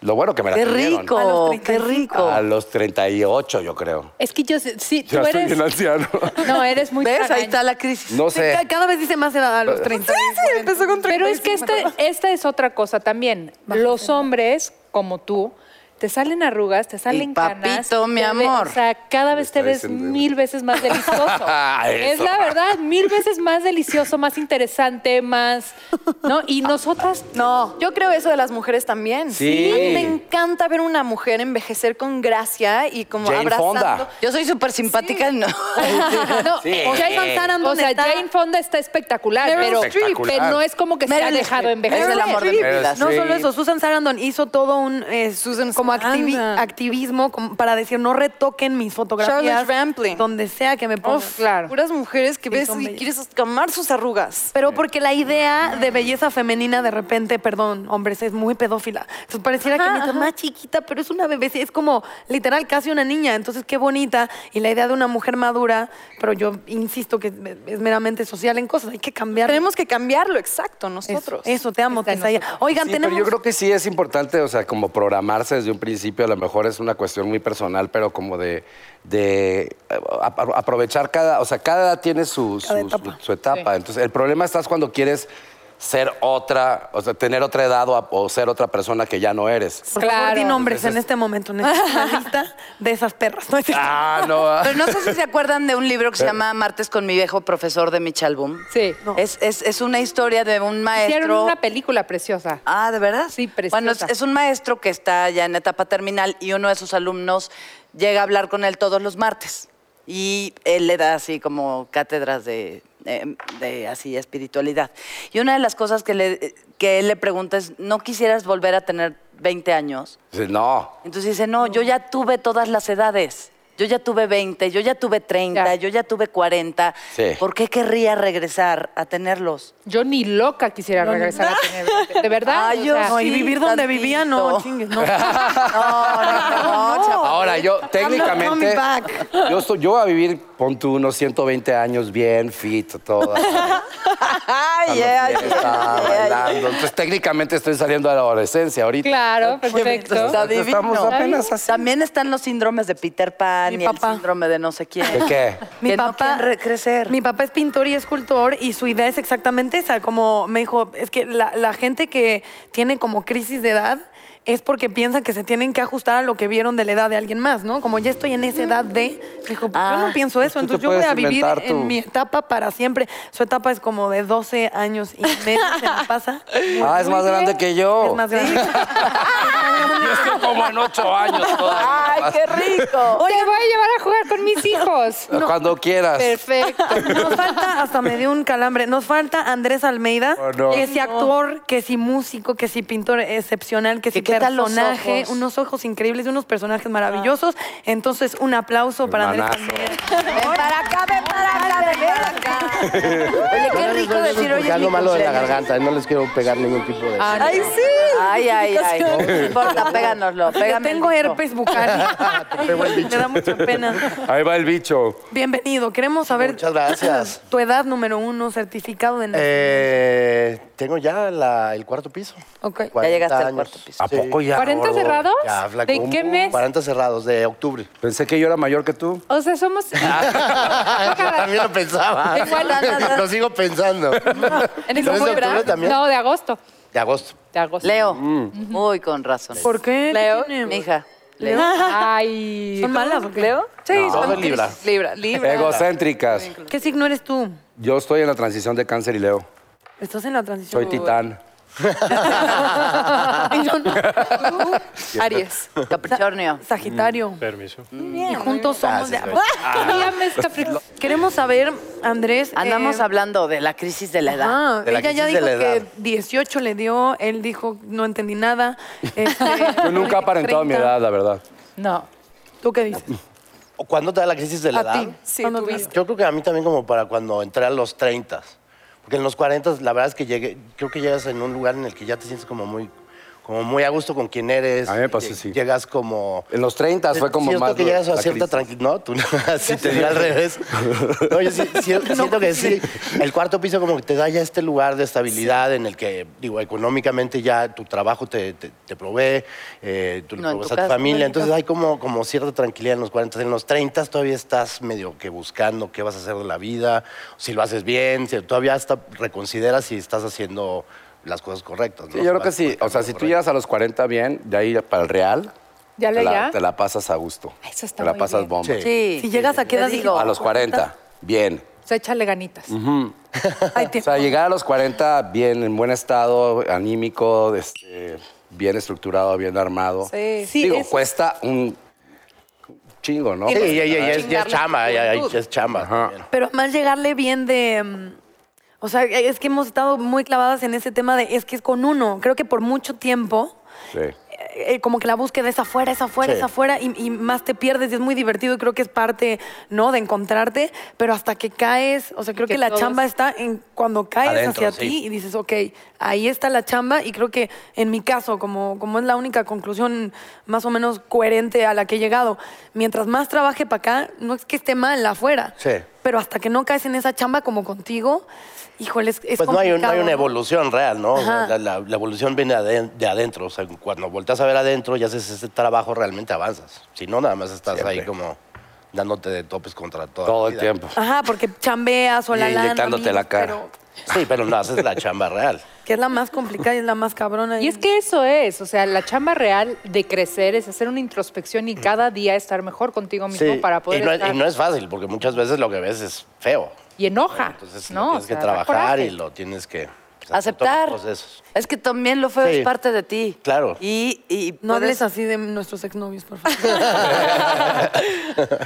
Speaker 8: Lo bueno que me la
Speaker 2: Qué
Speaker 8: atendieron.
Speaker 3: A
Speaker 2: rico,
Speaker 3: los
Speaker 2: qué
Speaker 3: 35.
Speaker 2: rico.
Speaker 8: A los 38, yo creo.
Speaker 4: Es que yo sé- sí,
Speaker 8: Ya
Speaker 4: tú
Speaker 8: estoy
Speaker 4: eres.
Speaker 8: bien anciano.
Speaker 4: No, eres muy
Speaker 2: ¿Ves? Ahí
Speaker 4: tragaño.
Speaker 2: está la crisis.
Speaker 8: No sé.
Speaker 3: Ca- Cada vez dice más edad a los 30.
Speaker 7: Empezó con
Speaker 4: Pero es que
Speaker 3: este,
Speaker 4: esta, esta es otra cosa también. Los hombres, como tú, te salen arrugas, te salen canas.
Speaker 2: papito, mi
Speaker 4: te ve-
Speaker 2: amor.
Speaker 4: o sea, cada
Speaker 8: Me
Speaker 4: vez
Speaker 8: está
Speaker 4: te ves
Speaker 8: diciendo.
Speaker 4: mil veces más delicioso. es
Speaker 8: Eso.
Speaker 4: la verdad, mil veces más delicioso, más interesante, más... ¿No? Y nosotras...
Speaker 7: No, yo creo eso de las mujeres también.
Speaker 8: Sí.
Speaker 7: A mí Me encanta ver una mujer envejecer con gracia y como
Speaker 8: Jane
Speaker 7: abrazando.
Speaker 8: Fonda.
Speaker 2: Yo soy súper simpática. No.
Speaker 4: No,
Speaker 3: eh,
Speaker 8: Sí.
Speaker 4: o sea, Jane-
Speaker 3: Santana,
Speaker 4: o
Speaker 3: ¿dónde
Speaker 4: sea,
Speaker 3: está?
Speaker 4: Jane Fonda está espectacular, pero,
Speaker 8: Espectacular.
Speaker 4: pero no es como que se ha
Speaker 2: Meryl
Speaker 4: dejado
Speaker 2: Streep.
Speaker 4: envejecer.
Speaker 2: Es el amor de mi
Speaker 8: Meryl
Speaker 2: vida.
Speaker 8: Streep.
Speaker 3: No
Speaker 8: Sí.
Speaker 3: solo eso, Susan Sarandon hizo todo un eh,
Speaker 7: Susan
Speaker 3: como activi-
Speaker 7: Sarandon.
Speaker 3: activismo como para decir no retoquen mis fotografías
Speaker 7: Charlotte Rampling.
Speaker 3: donde sea que me pongan.
Speaker 4: Uf, claro.
Speaker 7: Puras mujeres que
Speaker 3: Sí,
Speaker 7: ves
Speaker 3: son
Speaker 7: y
Speaker 3: bellas.
Speaker 7: quieres escamar sus arrugas.
Speaker 3: Pero porque la idea de belleza femenina de repente, perdón, hombres, es muy pedófila. Entonces pareciera que mi más chiquita, pero es una bebé, sí, es como literal casi una niña. Entonces qué bonita. Y la idea de una mujer madura, pero yo insisto que es meramente social en cosas, hay que cambiar.
Speaker 7: Tenemos que cambiarlo, exacto, nosotros.
Speaker 3: Eso, te amo,
Speaker 4: Está en
Speaker 3: Tessaya. Oigan,
Speaker 8: Sí,
Speaker 3: tenemos...
Speaker 8: pero yo creo que sí es importante, o sea, como programarse desde un principio, a lo mejor es una cuestión muy personal, pero como de, de eh, a- a- aprovechar cada, o sea, cada edad tiene su,
Speaker 3: Cada
Speaker 8: su-
Speaker 3: etapa.
Speaker 8: su- su etapa. Entonces, el problema estás cuando quieres ser otra, o sea, tener otra edad o, a- o ser otra persona que ya no eres.
Speaker 3: Por favor,
Speaker 4: Claro.
Speaker 3: di nombres en este momento. Necesito una lista de esas perras. ¿no? es cierto?
Speaker 8: Ah, no. ah.
Speaker 2: Pero no sé si se acuerdan de un libro que se llama Martes con mi viejo profesor de Mitch Album.
Speaker 4: Sí.
Speaker 2: Es, es- es una historia de un maestro.
Speaker 4: Hicieron una película preciosa.
Speaker 2: Ah, ¿de verdad?
Speaker 4: Sí, preciosa.
Speaker 2: Bueno, es, es un maestro que está ya en etapa terminal y uno de sus alumnos llega a hablar con él todos los martes. Y él le da así como cátedras de, eh, de así espiritualidad. Y una de las cosas que, le, que él le pregunta es, ¿no quisieras volver a tener 20 años?
Speaker 8: Dices, No.
Speaker 2: Entonces dice, no, yo ya tuve todas las edades.
Speaker 1: Yo ya tuve 20, yo ya tuve 30,
Speaker 4: Ya.
Speaker 1: yo ya tuve 40.
Speaker 8: Sí.
Speaker 1: ¿Por qué querría regresar a tenerlos?
Speaker 4: Yo ni loca quisiera regresar a tener. veinte. ¿De verdad?
Speaker 1: Ay,
Speaker 4: O
Speaker 1: yo
Speaker 4: sea,
Speaker 3: No, y vivir donde
Speaker 1: tantito.
Speaker 3: vivía, no, chingues, no.
Speaker 1: No, no, no, chapa.
Speaker 8: Ahora, yo técnicamente.
Speaker 3: coming back.
Speaker 8: Yo, estoy, yo voy a vivir, pon tú unos 120 años bien fit, todo.
Speaker 1: Ay, yeah, yeah,
Speaker 8: Está
Speaker 1: yeah, yeah.
Speaker 8: bailando. Entonces, técnicamente estoy saliendo de la adolescencia ahorita.
Speaker 4: Claro, perfecto.
Speaker 1: Está divino.
Speaker 8: Estamos apenas así.
Speaker 1: También están los síndromes de Peter Pan
Speaker 3: Mi
Speaker 1: y
Speaker 3: papá.
Speaker 1: el síndrome de no sé quién.
Speaker 8: ¿De qué?
Speaker 3: Mi
Speaker 1: que no
Speaker 3: papá,
Speaker 1: quieren re- crecer.
Speaker 3: mi papá es pintor y escultor y su idea es exactamente esa. Como me dijo, es que la, la gente que tiene como crisis de edad es porque piensan que se tienen que ajustar a lo que vieron de la edad de alguien más, ¿no? Como ya estoy en esa edad de... Dijo, pues, yo no pienso eso,
Speaker 8: Ah, Tú te
Speaker 3: entonces yo voy
Speaker 8: puedes
Speaker 3: a vivir
Speaker 8: inventar tu-
Speaker 3: en mi etapa para siempre. Su etapa es como de 12 años y medio, se me pasa.
Speaker 8: Ah, es más grande que yo.
Speaker 3: Es más grande.
Speaker 8: Yo estoy como en ocho años todavía.
Speaker 1: ¡Ay, qué rico!
Speaker 4: Te voy a llevar a jugar con mis hijos.
Speaker 8: Cuando quieras.
Speaker 4: Perfecto.
Speaker 3: Nos falta, hasta me dio un calambre, nos falta Andrés Almeida,
Speaker 8: Oh, no.
Speaker 3: que si actor, que si músico, que si pintor excepcional, que si
Speaker 1: ¿Qué tal los
Speaker 3: personaje,
Speaker 1: ojos? Ah.
Speaker 3: unos ojos increíbles, unos personajes maravillosos. Entonces, un aplauso para
Speaker 8: Hermanazo.
Speaker 3: Andrés Almeida.
Speaker 1: Ven para acá, ven para acá, ven para acá. Oye, qué rico decir, oye, es
Speaker 9: Ya
Speaker 1: mi
Speaker 9: lo malo de la
Speaker 1: cumpleaños. Ah,
Speaker 9: garganta, no les quiero pegar ningún tipo de.
Speaker 1: Ay, sí. Ay, ay, ay. No importa, péganoslo.
Speaker 3: Yo
Speaker 1: Pégame
Speaker 3: tengo
Speaker 1: el bicho.
Speaker 3: herpes bucal. me da mucha pena.
Speaker 8: Ahí va el bicho.
Speaker 3: Bienvenido, queremos saber
Speaker 9: Muchas gracias.
Speaker 3: tu edad número uno, certificado de nacimiento.
Speaker 9: Eh, tengo ya la- el cuarto piso.
Speaker 3: Ok. Ya
Speaker 1: llegaste al
Speaker 9: años.
Speaker 1: cuarto piso.
Speaker 8: ¿A
Speaker 9: Sí.
Speaker 8: poco ya?
Speaker 4: ¿40
Speaker 8: gordo?
Speaker 4: cerrados?
Speaker 9: Ya, flaco,
Speaker 4: ¿De qué
Speaker 9: un-
Speaker 4: mes?
Speaker 9: 40 cerrados, de octubre.
Speaker 8: Pensé que yo era mayor que tú.
Speaker 4: O sea, somos.
Speaker 9: Ah, Yo también lo pensaba.
Speaker 4: Igual.
Speaker 9: Ah. lo sigo pensando.
Speaker 4: ¿En
Speaker 9: ¿Pero es de
Speaker 4: ese
Speaker 9: octubre
Speaker 4: ¿verdad?
Speaker 9: también?
Speaker 4: No, de agosto.
Speaker 9: De agosto.
Speaker 4: De agosto.
Speaker 1: Leo,
Speaker 9: Mm.
Speaker 1: muy con razón.
Speaker 3: ¿Por qué?
Speaker 6: Leo,
Speaker 3: Tiene-
Speaker 1: Mi hija, Leo. Ah,
Speaker 4: Ay.
Speaker 3: ¿Son malas o qué?
Speaker 6: ¿Leo? Sí,
Speaker 9: Todo
Speaker 6: son
Speaker 9: en Libra.
Speaker 6: crisis. Pues Libra, Libra.
Speaker 8: Egocéntricas.
Speaker 3: ¿Qué signo eres tú?
Speaker 8: Yo estoy en la transición de cáncer y Leo.
Speaker 3: Estás en la transición.
Speaker 8: Soy titán.
Speaker 3: Y yo no.
Speaker 6: Aries.
Speaker 1: Capricornio.
Speaker 3: Sagitario.
Speaker 5: Permiso.
Speaker 3: Y juntos somos de
Speaker 4: Dígame esta fre-
Speaker 3: Queremos saber, Andrés.
Speaker 1: Andamos
Speaker 3: eh,
Speaker 1: hablando de la crisis de la edad.
Speaker 3: ah,
Speaker 9: De la
Speaker 3: ella ya
Speaker 9: crisis
Speaker 3: dijo
Speaker 9: de la
Speaker 3: que
Speaker 9: edad.
Speaker 3: 18 le dio, él dijo, no entendí nada. este,
Speaker 8: Yo nunca he aparentado mi
Speaker 3: 30.
Speaker 8: edad, la verdad.
Speaker 4: No.
Speaker 3: ¿Tú qué dices?
Speaker 9: ¿O ¿Cuándo te da la crisis de la edad?
Speaker 6: Sí,
Speaker 3: ¿Cuándo
Speaker 6: tú
Speaker 3: te-
Speaker 6: viste.
Speaker 9: Yo creo que a mí también como para cuando entré a los 30. Porque en los 40 la verdad es que llegué, creo que llegas en un lugar en el que ya te sientes como muy, como muy a gusto con quien eres.
Speaker 8: A mí me pasó,
Speaker 9: Lle-
Speaker 8: sí.
Speaker 9: Llegas como...
Speaker 8: En los 30 fue como
Speaker 9: siento
Speaker 8: más
Speaker 9: que llegas a
Speaker 8: la
Speaker 9: cierta
Speaker 8: crisis.
Speaker 9: tranquilidad. No, tú no, si te digo al revés. No, yo sí- sí-
Speaker 8: pues
Speaker 9: siento que sí. El cuarto piso como que te da ya este lugar de estabilidad en el que, digo, económicamente ya tu trabajo te, te, te provee, eh, tú le
Speaker 1: No, en
Speaker 9: provees
Speaker 1: tu caso,
Speaker 9: a tu
Speaker 1: no en mi
Speaker 9: familia. Entonces
Speaker 1: caso.
Speaker 9: hay como, como cierta tranquilidad en los 40. En los 30 todavía estás medio que buscando qué vas a hacer de la vida, si lo haces bien, si todavía hasta reconsideras si estás haciendo las cosas correctas. ¿no?
Speaker 8: Sí, yo creo
Speaker 9: Si
Speaker 8: que
Speaker 9: vas por el
Speaker 8: sí. O sea,
Speaker 9: camino
Speaker 8: si tú
Speaker 9: correcto.
Speaker 8: llegas a los 40 bien, de ahí para el real,
Speaker 4: Ya
Speaker 8: te
Speaker 4: le
Speaker 8: la,
Speaker 4: ya.
Speaker 8: te la pasas a gusto.
Speaker 4: Eso está
Speaker 8: te la
Speaker 4: muy
Speaker 8: pasas
Speaker 4: bien.
Speaker 8: bomba.
Speaker 9: Sí.
Speaker 1: Sí.
Speaker 3: Si llegas a pues qué
Speaker 1: Te
Speaker 3: edad
Speaker 1: digo,
Speaker 8: A los 40, bien.
Speaker 4: O sea, échale ganitas.
Speaker 3: Ay,
Speaker 8: O sea, llegar a los 40 bien, en buen estado, anímico, este, bien estructurado, bien armado.
Speaker 6: Sí.
Speaker 4: Sí,
Speaker 8: Digo,
Speaker 4: es-
Speaker 8: cuesta un chingo, ¿no?
Speaker 9: Sí, ya, ya, ya es, ya es chamba, ya, ya es chamba. también.
Speaker 3: Pero más llegarle bien de... mm, O sea, es que hemos estado muy clavadas en ese tema de es que es con uno. Creo que por mucho tiempo
Speaker 8: Sí.
Speaker 3: eh, como que la búsqueda es afuera, es afuera,
Speaker 9: Sí.
Speaker 3: es afuera y, y más te pierdes y es muy divertido y creo que es parte, ¿no? De encontrarte, pero hasta que caes, o sea, creo que,
Speaker 4: que
Speaker 3: la
Speaker 4: todos-
Speaker 3: chamba está en cuando caes
Speaker 9: Adentro,
Speaker 3: hacia
Speaker 9: sí.
Speaker 3: ti y dices, ok, ahí está la chamba y creo que en mi caso, como, como es la única conclusión más o menos coherente a la que he llegado, mientras más trabaje para acá, no es que esté mal afuera,
Speaker 9: Sí.
Speaker 3: pero hasta que no caes en esa chamba como contigo, híjole, es, es
Speaker 9: Pues no hay, un- no hay
Speaker 3: complicado,
Speaker 9: una evolución real, ¿no? O sea,
Speaker 3: Ajá.
Speaker 9: la, la- la evolución viene aden- de adentro. O sea, cuando volteas a ver adentro y haces ese trabajo, realmente avanzas. Si no, nada más estás ahí como dándote de topes contra todo.
Speaker 8: Todo el tiempo.
Speaker 3: Ajá, porque chambeas o la
Speaker 8: Y
Speaker 3: lana,
Speaker 8: inyectándote la
Speaker 3: mil,
Speaker 8: cara.
Speaker 3: pero-
Speaker 9: Sí, pero no haces la chamba real.
Speaker 3: Que es la más complicada y es la más cabrona.
Speaker 4: Y es que eso es, o sea, la chamba real de crecer es hacer una introspección y cada día estar mejor contigo mismo
Speaker 9: Sí,
Speaker 4: para poder
Speaker 9: y, no, es-
Speaker 4: estar...
Speaker 9: y no es fácil, porque muchas veces lo que ves es feo.
Speaker 4: y enoja.
Speaker 9: Entonces
Speaker 4: Ah, ¿no?
Speaker 9: lo
Speaker 4: O
Speaker 9: tienes
Speaker 4: sea,
Speaker 9: que
Speaker 4: da
Speaker 9: trabajar
Speaker 4: coraje.
Speaker 9: y lo tienes que pues,
Speaker 1: Aceptar.
Speaker 9: los procesos.
Speaker 1: Es que también lo feo
Speaker 9: Sí.
Speaker 1: es parte de ti.
Speaker 9: Claro.
Speaker 1: Y, y
Speaker 3: No hables
Speaker 1: puedes-
Speaker 3: así de nuestros exnovios, por favor.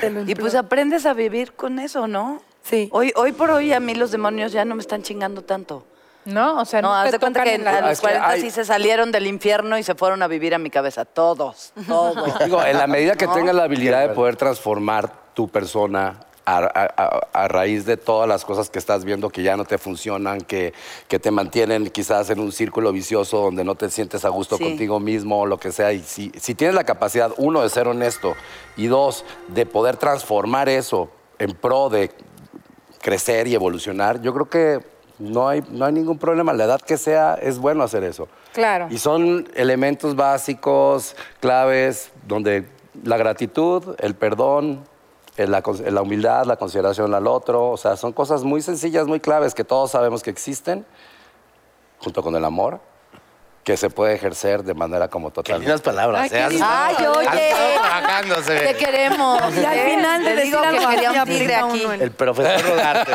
Speaker 3: Te lo
Speaker 1: Y pues
Speaker 3: imploro.
Speaker 1: aprendes a vivir con eso, ¿no?
Speaker 3: Sí.
Speaker 1: Hoy, hoy por hoy a mí los demonios ya no me están chingando tanto.
Speaker 4: ¿no? O sea,
Speaker 2: No,
Speaker 4: te
Speaker 2: haz de cuenta
Speaker 4: tocan
Speaker 2: que
Speaker 4: en
Speaker 2: a
Speaker 4: la-
Speaker 2: los
Speaker 8: Es que
Speaker 2: 40
Speaker 8: hay-
Speaker 2: sí se salieron del infierno y se fueron a vivir a mi cabeza. Todos, todos.
Speaker 8: Digo, en la medida que
Speaker 2: No.
Speaker 8: tengas la habilidad de poder transformar tu persona a, a- a- a raíz de todas las cosas que estás viendo que ya no te funcionan, que, que te mantienen quizás en un círculo vicioso donde no te sientes a gusto
Speaker 2: Sí.
Speaker 8: contigo mismo o lo que sea. Y si, si tienes la capacidad, uno, de ser honesto y dos, de poder transformar eso en pro de crecer y evolucionar, yo creo que no hay, no hay ningún problema. La edad que sea, es bueno hacer eso.
Speaker 4: Claro.
Speaker 8: Y son elementos básicos, claves, donde la gratitud, el perdón, el- la, cons- la humildad, la consideración al otro, o sea, son cosas muy sencillas, muy claves que todos sabemos que existen, junto con el amor, que se puede ejercer de manera como
Speaker 9: Qué
Speaker 8: total.
Speaker 9: lindas palabras.
Speaker 4: Ay,
Speaker 9: ¿eh?
Speaker 4: qué
Speaker 9: Has-
Speaker 4: lindo.
Speaker 1: Ay,
Speaker 9: has
Speaker 1: oye,
Speaker 9: estado trabajándose.
Speaker 1: te queremos.
Speaker 3: Y al
Speaker 1: ¿eh?
Speaker 3: final de
Speaker 1: Te
Speaker 3: decir
Speaker 1: digo que
Speaker 3: algo así,
Speaker 1: quería un
Speaker 3: aplica
Speaker 1: tigre aquí.
Speaker 3: uno el-
Speaker 9: El profesor Rodarte.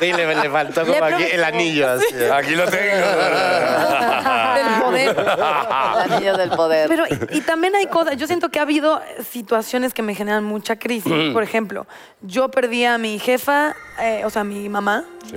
Speaker 9: Sí, le, le faltó como aquí el anillo. Así.
Speaker 8: Aquí lo tengo.
Speaker 3: del poder.
Speaker 2: El anillo del poder.
Speaker 3: Pero, y, y también hay cosas, yo siento que ha habido situaciones que me generan mucha
Speaker 1: Mm.
Speaker 3: crisis. Por ejemplo, yo perdí a mi jefa, eh, o sea, a mi mamá,
Speaker 8: Sí,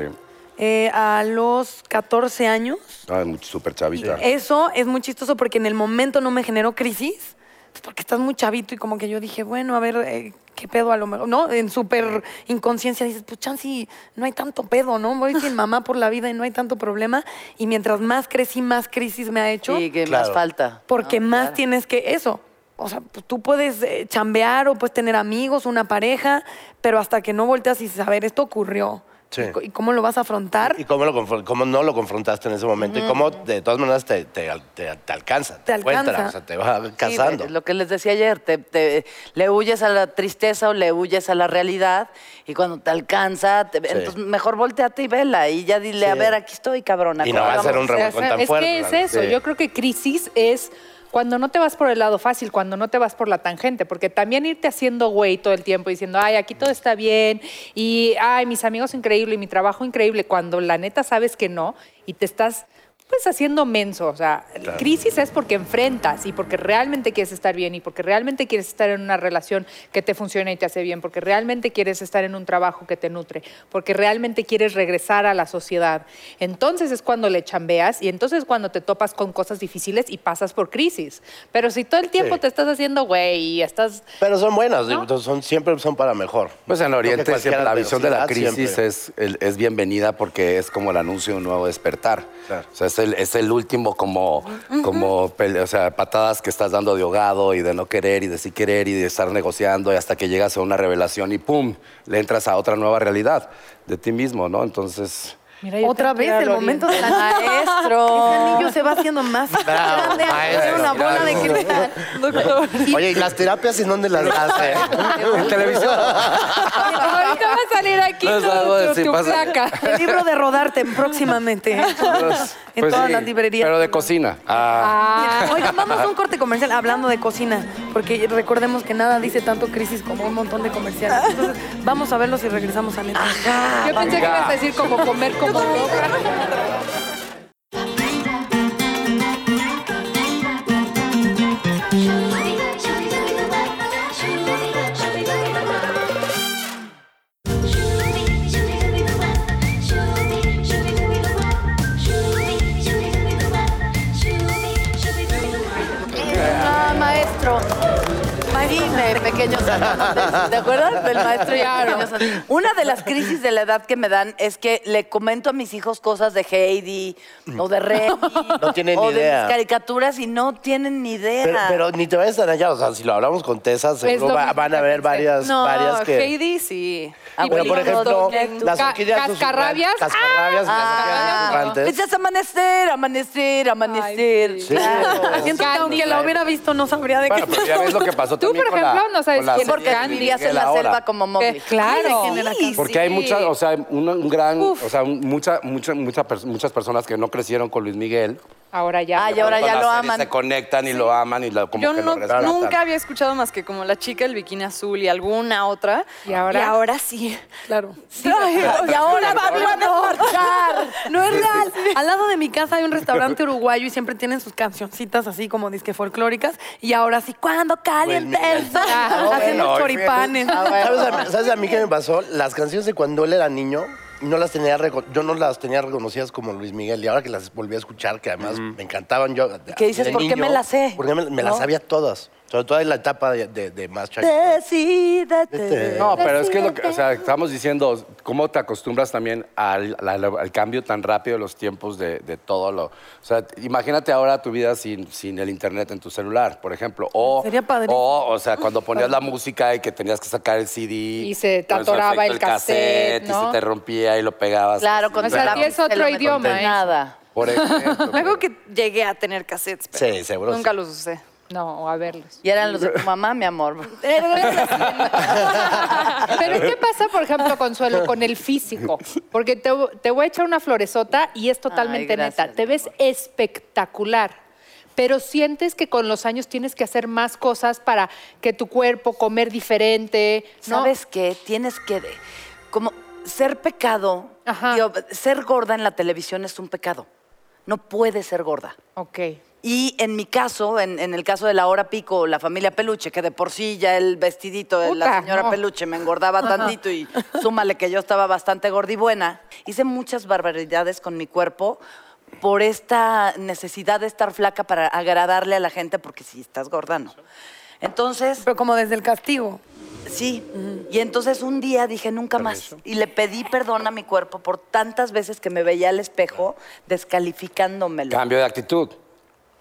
Speaker 3: eh, a los 14 años.
Speaker 8: Ay, muy- súper chavita.
Speaker 3: Eso es muy chistoso porque en el momento no me generó crisis, pues porque estás muy chavito y como que yo dije, bueno, a ver, eh, qué pedo a lo mejor, ¿no? En súper inconsciencia dices, pues chansi, no hay tanto pedo, ¿no? Voy sin mamá por la vida y no hay tanto problema. Y mientras más crecí, más crisis me ha hecho.
Speaker 2: Sí, que más
Speaker 9: Claro.
Speaker 2: falta.
Speaker 3: Porque
Speaker 2: No,
Speaker 3: más
Speaker 2: claro.
Speaker 3: tienes que eso. O sea, pues, tú puedes eh, chambear o puedes tener amigos, una pareja, pero hasta que no volteas y saber esto ocurrió
Speaker 9: Sí.
Speaker 3: y co- y cómo lo vas a afrontar,
Speaker 9: ¿Y cómo, lo confron- cómo no lo confrontaste en ese momento? ¿Y cómo de todas maneras te, te, te- te alcanza? Te,
Speaker 3: Te
Speaker 9: encuentra,
Speaker 3: alcanza.
Speaker 9: o sea, te va
Speaker 2: Sí,
Speaker 9: casando.
Speaker 2: lo que les decía ayer, te, te- le huyes a la tristeza o le huyes a la realidad y cuando te alcanza, te- entonces mejor volteate y vela y ya dile, a
Speaker 9: Sí.
Speaker 2: ver, aquí estoy, cabrona.
Speaker 9: Y no va a ser un
Speaker 4: O sea,
Speaker 9: revolcón tan
Speaker 4: es
Speaker 9: fuerte.
Speaker 4: que es
Speaker 9: la-
Speaker 4: eso.
Speaker 9: sí.
Speaker 4: Yo creo que crisis es cuando no te vas por el lado fácil, cuando no te vas por la tangente, porque también irte haciendo güey todo el tiempo diciendo, ay, aquí todo está bien, y ay, mis amigos increíble, y mi trabajo increíble, cuando la neta sabes que no, y te estás pues haciendo menso, o sea, crisis es porque enfrentas y porque realmente quieres estar bien y porque realmente quieres estar en una relación que te funcione y te hace bien, porque realmente quieres estar en un trabajo que te nutre, porque realmente quieres regresar a la sociedad. Entonces es cuando le chambeas y entonces es cuando te topas con cosas difíciles y pasas por crisis. Pero si todo el tiempo
Speaker 9: Sí.
Speaker 4: te estás haciendo güey y estás
Speaker 9: Pero son buenas, digo, son, siempre son para mejor.
Speaker 8: Pues en
Speaker 9: Creo que
Speaker 8: Oriente
Speaker 9: cualquier
Speaker 8: siempre la visión de la
Speaker 9: adversidad
Speaker 8: crisis
Speaker 9: siempre.
Speaker 8: es, el- es bienvenida porque es como el anuncio de un nuevo despertar.
Speaker 9: Claro.
Speaker 8: O sea, es el, es el último como, como pele- o sea, patadas que estás dando de ahogado y de no querer y de sí querer y de estar negociando y hasta que llegas a una revelación y ¡pum! Le entras a otra nueva realidad de ti mismo, ¿no? Entonces...
Speaker 4: Mira, yo
Speaker 3: otra
Speaker 4: tengo que
Speaker 3: vez
Speaker 4: ir al
Speaker 3: el momento de la
Speaker 2: Maestro.
Speaker 3: Ese anillo se va haciendo más grande.
Speaker 9: maestro,
Speaker 3: Era una bola de
Speaker 8: bravo.
Speaker 3: cristal. Doctor.
Speaker 9: Oye, ¿y las terapias en dónde las das? eh?
Speaker 8: En televisión.
Speaker 4: Ahorita va a salir aquí
Speaker 8: No es
Speaker 4: tu-
Speaker 8: algo de
Speaker 4: tu-
Speaker 8: si
Speaker 4: tu
Speaker 8: pasa.
Speaker 4: placa.
Speaker 3: El libro de rodarte próximamente. ¿eh? En
Speaker 8: Pues, pues
Speaker 3: todas
Speaker 8: sí,
Speaker 3: las librerías.
Speaker 8: Pero de cocina. Ah,
Speaker 3: Oigan, vamos a un corte comercial hablando de cocina, porque recordemos que nada dice tanto crisis como un montón de comerciales. Entonces, vamos a verlos y regresamos a Neta.
Speaker 4: Yo pensé que ibas a decir como comer como loca.
Speaker 2: Ah, maestro. Dime, pequeños Hernández. ¿Te acuerdas del maestro y
Speaker 4: Claro.
Speaker 2: pequeños Hernández? Una de las crisis de la edad que me dan es que le comento a mis hijos cosas de Heidi o de Remy.
Speaker 9: No tienen
Speaker 2: o
Speaker 9: ni idea.
Speaker 2: de mis caricaturas y no tienen ni idea.
Speaker 9: Pero, pero ni te vayas tan allá, o sea, si lo hablamos con Tessa, seguro
Speaker 4: lo
Speaker 9: va-
Speaker 4: mismo
Speaker 9: van a
Speaker 4: que
Speaker 9: haber
Speaker 4: pensé.
Speaker 9: varias,
Speaker 6: No,
Speaker 9: varias que...
Speaker 6: Heidi sí.
Speaker 2: Ah,
Speaker 4: Y
Speaker 9: Pero, por
Speaker 4: Peligroso,
Speaker 9: ejemplo,
Speaker 4: Doctor.
Speaker 9: las
Speaker 4: Ca-
Speaker 9: orquídeas
Speaker 4: cascarrabias.
Speaker 9: susurrantes- Cascarrabias,
Speaker 2: Ah.
Speaker 9: las orquídeas susurrantes.
Speaker 2: Empiezas a amanecer, amanecer, amanecer.
Speaker 4: Ay, sí.
Speaker 2: Claro.
Speaker 4: Ah,
Speaker 3: Siento que aunque la hubiera visto, no sabría de
Speaker 8: bueno,
Speaker 3: qué.
Speaker 8: pues ya ves lo que pasó
Speaker 4: Tú,
Speaker 8: también
Speaker 4: por
Speaker 8: con la-
Speaker 4: ejemplo, no sabes
Speaker 8: con la
Speaker 4: quién es
Speaker 8: serie
Speaker 2: Porque
Speaker 8: de
Speaker 4: Candy.
Speaker 2: vivías en la
Speaker 8: Miguel ahora.
Speaker 2: selva como Mowgli.
Speaker 4: Eh, claro. Sí,
Speaker 8: Porque hay
Speaker 4: sí.
Speaker 8: muchas, o sea, un, un gran, o sea, un- mucha, mucha, mucha pers- muchas personas que no crecieron con Luis Miguel.
Speaker 4: Ahora ya.
Speaker 2: Ah, Y ya. ahora
Speaker 8: Con la
Speaker 2: lo
Speaker 8: serie
Speaker 2: aman.
Speaker 8: Se conectan y lo aman y lo, como
Speaker 6: Yo
Speaker 8: que
Speaker 6: no-
Speaker 8: lo rescatan.
Speaker 6: nunca había escuchado más que como la chica del bikini azul y alguna otra.
Speaker 4: ¿Y ahora?
Speaker 6: Y ahora sí.
Speaker 3: Claro.
Speaker 6: Ay,
Speaker 3: Ah,
Speaker 2: Y ahora Pablo a marchar.
Speaker 3: No es real. Al lado de mi casa hay un restaurante uruguayo y siempre tienen sus cancioncitas así como disque folclóricas. Y ahora sí, cuando caliente
Speaker 8: Pues
Speaker 3: el sol, haciendo
Speaker 8: Ah, bueno,
Speaker 3: choripanes.
Speaker 9: ¿Sabes a, sabes a mí qué me pasó? Las canciones de cuando él era niño no las tenía reco- yo no las tenía reconocidas como Luis Miguel y ahora que las volví a escuchar, que además me encantaban yo.
Speaker 10: ¿Qué dices?
Speaker 9: de
Speaker 10: ¿Por qué
Speaker 9: niño,
Speaker 10: me las sé?
Speaker 9: Porque me, me las sabía todas, sobre todo en la etapa de, de- de más chavito.
Speaker 10: Decídete.
Speaker 8: No, pero es que, lo que- o sea, estamos diciendo, ¿cómo te acostumbras también al, al- al cambio tan rápido de los tiempos de, de todo lo... O sea, imagínate ahora tu vida sin, sin el internet en tu celular, por ejemplo. O,
Speaker 3: Sería padrísimo.
Speaker 8: O, o sea, cuando ponías la música y que tenías que sacar el CD. Y
Speaker 4: se te atoraba el cassette,
Speaker 8: Y
Speaker 4: ¿no?
Speaker 8: se te rompía y lo pegabas.
Speaker 2: Claro, con
Speaker 4: O sea,
Speaker 2: el
Speaker 4: sí es
Speaker 2: lápiz,
Speaker 4: otro
Speaker 2: él no me
Speaker 4: idioma,
Speaker 2: contó
Speaker 4: ¿eh?
Speaker 2: Nada.
Speaker 8: Por ejemplo.
Speaker 7: Me acuerdo que llegué a tener cassettes, pero
Speaker 9: Sí, seguro.
Speaker 7: nunca
Speaker 9: sí.
Speaker 7: los usé.
Speaker 4: No, o a verlos.
Speaker 2: Y eran los de tu mamá, mi amor.
Speaker 4: Eh, Pero ¿qué pasa, por ejemplo, Consuelo, con el físico? Porque te, te voy a echar una floresota y es totalmente
Speaker 2: Ay, gracias,
Speaker 4: neta. Te ves espectacular, pero sientes que con los años tienes que hacer más cosas para que tu cuerpo, comer diferente, ¿no?
Speaker 2: ¿Sabes qué? Tienes que. de- Como ser pecado.
Speaker 4: Ajá.
Speaker 2: tío, ser gorda en la televisión es un pecado. No puedes ser gorda.
Speaker 4: Ok.
Speaker 2: Y en mi caso, en, en el caso de la hora pico, la familia Peluche, que de por sí ya el vestidito de
Speaker 4: Puta,
Speaker 2: la señora
Speaker 4: no.
Speaker 2: Peluche me engordaba tantito y súmale que yo estaba bastante gorda y buena, hice muchas barbaridades con mi cuerpo por esta necesidad de estar flaca para agradarle a la gente, porque si estás gorda, no. Entonces,
Speaker 3: Pero como desde el castigo.
Speaker 2: Sí. Y entonces un día dije nunca más. Y le pedí perdón a mi cuerpo por tantas veces que me veía al espejo descalificándomelo.
Speaker 8: Cambio de actitud.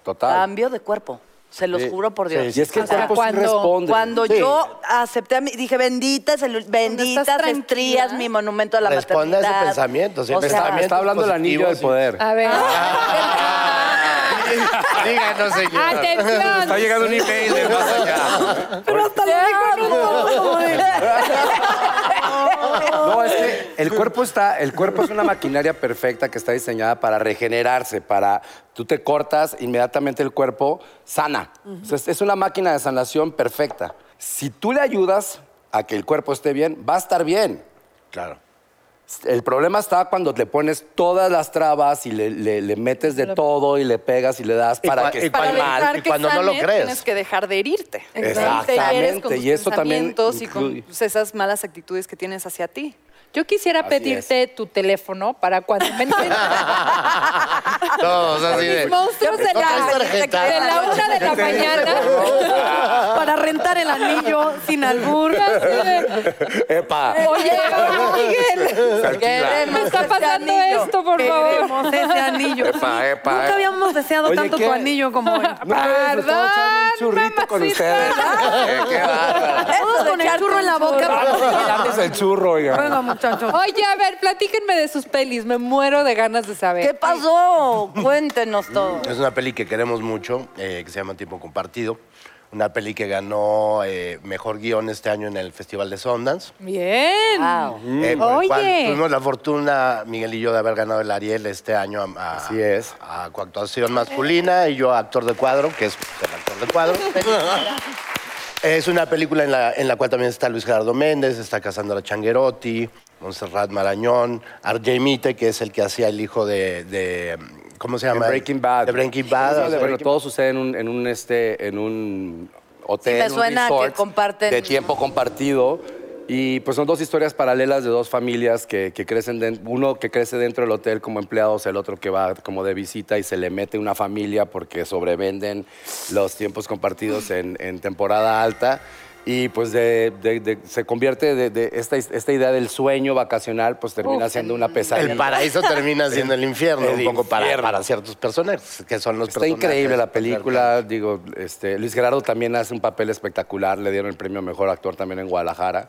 Speaker 8: Total.
Speaker 2: Cambio de cuerpo. Se los
Speaker 8: Sí.
Speaker 2: juro por Dios.
Speaker 9: Sí,
Speaker 8: Y es que el
Speaker 2: O sea,
Speaker 8: cuerpo sí
Speaker 4: cuando-
Speaker 8: responde.
Speaker 2: Cuando
Speaker 9: Sí.
Speaker 2: yo acepté a mi, dije, benditas, el- benditas
Speaker 7: estás
Speaker 2: estrías,
Speaker 7: tranquila.
Speaker 2: mi monumento a la
Speaker 9: Responde a ese
Speaker 2: maternidad.
Speaker 9: pensamiento, sí,
Speaker 2: O
Speaker 8: me,
Speaker 2: sea, Ah,
Speaker 8: está, me está hablando el anillo del poder.
Speaker 4: A ver.
Speaker 3: Ah.
Speaker 9: Díganos, señor.
Speaker 4: ¡Atención!
Speaker 8: Ah, llegando un email de más allá.
Speaker 3: Pero hasta lo dijo en un tono como de-
Speaker 8: No, es que el cuerpo está, el cuerpo es una maquinaria perfecta que está diseñada para regenerarse, para tú te cortas, inmediatamente el cuerpo sana. O sea, es- es una máquina de sanación perfecta. Si tú le ayudas a que el cuerpo esté bien, va a estar bien.
Speaker 9: Claro.
Speaker 8: El problema está cuando le pones todas las trabas y le, le- le metes de todo y le pegas y le das
Speaker 9: Y
Speaker 8: para
Speaker 9: cua-
Speaker 8: que
Speaker 9: y
Speaker 8: esté
Speaker 9: para
Speaker 8: mal.
Speaker 9: evitar-
Speaker 7: Pensar
Speaker 9: y cuando no lo
Speaker 7: sane,
Speaker 9: crees.
Speaker 7: Tienes que dejar de herirte.
Speaker 8: Exactamente,
Speaker 7: Te hieres con
Speaker 8: y
Speaker 7: tus
Speaker 8: eso también
Speaker 7: pensamientos Y con
Speaker 8: incluye.
Speaker 7: pues, esas malas actitudes que tienes hacia ti.
Speaker 4: Yo quisiera
Speaker 8: Así
Speaker 4: pedirte tu teléfono para cuando me entren
Speaker 9: Todos así de.
Speaker 4: mis monstruos de
Speaker 9: ¿No traes
Speaker 4: la,
Speaker 9: tarjeta?
Speaker 4: de la una de la mañana.
Speaker 3: Para rentar el anillo sin albur.
Speaker 8: ¡Epa!
Speaker 4: Oye, Miguel, me está pasando esto, por favor.
Speaker 3: Queremos ese anillo.
Speaker 8: Epa, epa,
Speaker 3: Nunca
Speaker 8: epa.
Speaker 3: habíamos deseado
Speaker 8: Oye,
Speaker 3: tanto
Speaker 8: ¿qué?
Speaker 3: tu anillo como hoy.
Speaker 8: Nunca había disfrutado echar un churrito con ustedes. Eh, ¡Qué bárbaro!
Speaker 3: Todos con el churro en la boca.
Speaker 8: Dame el churro,
Speaker 3: Venga,
Speaker 8: oiga.
Speaker 3: muchachos.
Speaker 4: Oye, a ver, platíquenme de sus pelis. Me muero de ganas de
Speaker 2: ¿Qué
Speaker 4: saber.
Speaker 2: pasó? Cuéntenos todo.
Speaker 9: Es una peli que queremos mucho, eh, que se llama Tiempo Compartido. Una peli que ganó eh, mejor guión este año en el Festival de Sundance.
Speaker 4: Bien.
Speaker 2: Wow.
Speaker 8: Mm.
Speaker 9: Eh, por el cual
Speaker 4: Oye.
Speaker 9: tuvimos la fortuna, Miguel y yo, de haber ganado el Ariel este año a, a-
Speaker 8: Así es.
Speaker 9: a coactuación masculina y yo a actor de cuadro, que es el actor de cuadro. es una película en la, en la cual también está Luis Gerardo Méndez, está Casandra Changuerotti, Montserrat Marañón, Arjay Mite, que es el que hacía el hijo de... de, ¿Cómo se
Speaker 8: De
Speaker 9: llama?
Speaker 8: Breaking Bad.
Speaker 9: De Breaking Bad.
Speaker 8: Bueno,
Speaker 9: o sea,
Speaker 8: bueno, todo sucede en un, en un, este, en un hotel.
Speaker 2: Sí, me
Speaker 8: en un
Speaker 2: suena que
Speaker 8: resort
Speaker 2: comparten-
Speaker 8: De tiempo compartido. Y pues son dos historias paralelas de dos familias que, que crecen, den- uno que crece dentro del hotel como empleados, el otro que va como de visita y se le mete una familia porque sobrevenden los tiempos compartidos en, en temporada alta. Y pues de- de- de- se convierte de, de esta, esta idea del sueño vacacional, pues termina siendo una pesadilla.
Speaker 9: El paraíso termina siendo el infierno,
Speaker 8: El
Speaker 9: un poco para,
Speaker 8: infierno.
Speaker 9: para ciertos personajes, que son los
Speaker 8: Está
Speaker 9: personajes
Speaker 8: increíble la
Speaker 9: más
Speaker 8: película, digo, este, Luis Gerardo también hace un papel espectacular, le dieron el premio a Mejor Actor también en Guadalajara.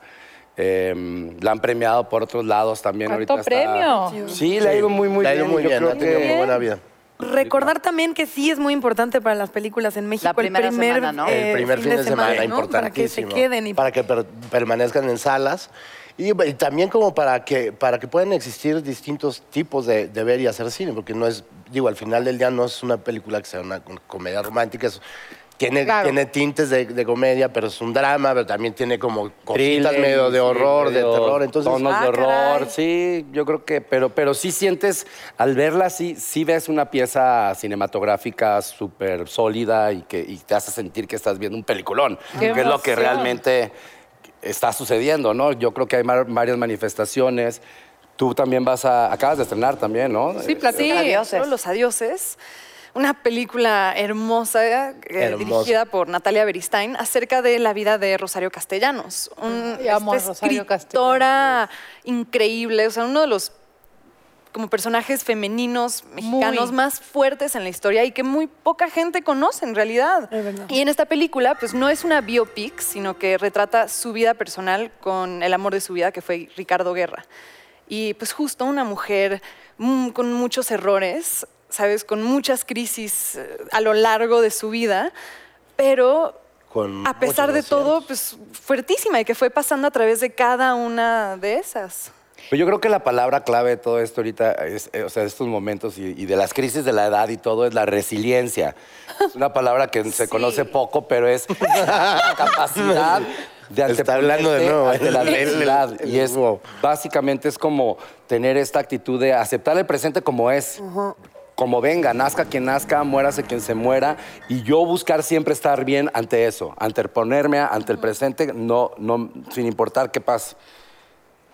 Speaker 8: Em, la han premiado por otros lados también.
Speaker 4: ¿Cuánto
Speaker 8: ahorita está-
Speaker 4: premio?
Speaker 8: Sí, le ha ido muy, muy
Speaker 9: Le ha
Speaker 8: bien.
Speaker 9: ido
Speaker 8: y
Speaker 9: muy
Speaker 8: yo
Speaker 9: bien,
Speaker 8: creo
Speaker 9: ha tenido
Speaker 8: que-
Speaker 9: muy buena vida.
Speaker 3: Recordar también que sí es muy importante para las películas en México.
Speaker 2: La primera semana, ¿no?
Speaker 3: eh,
Speaker 9: el primer fin, de semana,
Speaker 3: ¿no?
Speaker 9: importantísimo.
Speaker 3: Para que se queden y
Speaker 9: Para que per- permanezcan en salas. Y, y también como para que, para que puedan existir distintos tipos de, de ver y hacer cine, porque no es, digo, al final del día no es una película que sea una com- comedia romántica, es- tiene,
Speaker 4: Claro.
Speaker 9: tiene tintes de, de comedia, pero es un drama, pero también tiene como cositas
Speaker 8: Thriller,
Speaker 9: medio de
Speaker 8: sí,
Speaker 9: horror,
Speaker 8: medio
Speaker 9: de terror, entonces...
Speaker 8: tonos de
Speaker 9: Ah,
Speaker 8: horror,
Speaker 9: caray.
Speaker 8: sí, yo creo que, pero, pero sí sientes, al verla, sí, sí ves una pieza cinematográfica súper sólida y que y te hace sentir que estás viendo un peliculón,
Speaker 4: ¡Qué
Speaker 8: que es lo que
Speaker 4: emoción!
Speaker 8: realmente está sucediendo, ¿no? Yo creo que hay mar- varias manifestaciones Tú también vas a. Acabas de estrenar también, ¿no?
Speaker 7: Sí, platica
Speaker 2: Los Adioses.
Speaker 7: Los adioses. Una película hermosa, eh,
Speaker 9: Hermosa.
Speaker 7: dirigida por Natalia Beristain acerca de la vida de Rosario Castellanos. Un,
Speaker 4: Ay, amo a
Speaker 7: esta
Speaker 4: Rosario
Speaker 7: escritora increíble, o sea, uno de los como personajes femeninos mexicanos
Speaker 4: Muy.
Speaker 7: más fuertes en la historia y que muy poca gente conoce en realidad.
Speaker 3: Es verdad.
Speaker 7: Y en esta película, pues no es una biopic, sino que retrata su vida personal con el amor de su vida, que fue Ricardo Guerra. Y pues justo una mujer mm, con muchos errores, ¿sabes? Con muchas crisis eh, a lo largo de su vida, pero
Speaker 9: Con
Speaker 7: a pesar de
Speaker 9: muchos
Speaker 7: todo,
Speaker 9: aciertos.
Speaker 7: pues fuertísima y que fue pasando a través de cada una de esas.
Speaker 8: Pero Pues yo creo que la palabra clave de todo esto ahorita, es, eh, o sea, de estos momentos y, y de las crisis de la edad y todo, es la resiliencia. Es una palabra que se conoce poco, pero es la capacidad de
Speaker 9: Está hablando de
Speaker 8: anteponerte
Speaker 9: nuevo,
Speaker 8: ante la
Speaker 9: el- el-
Speaker 8: realidad.
Speaker 9: el-
Speaker 8: Y es,
Speaker 9: wow.
Speaker 8: básicamente es como tener esta actitud de aceptar el presente como es. Como venga, nazca quien nazca, muérase quien se muera, y yo buscar siempre estar bien ante eso, anteponerme ante el presente, no, no, sin importar qué pase.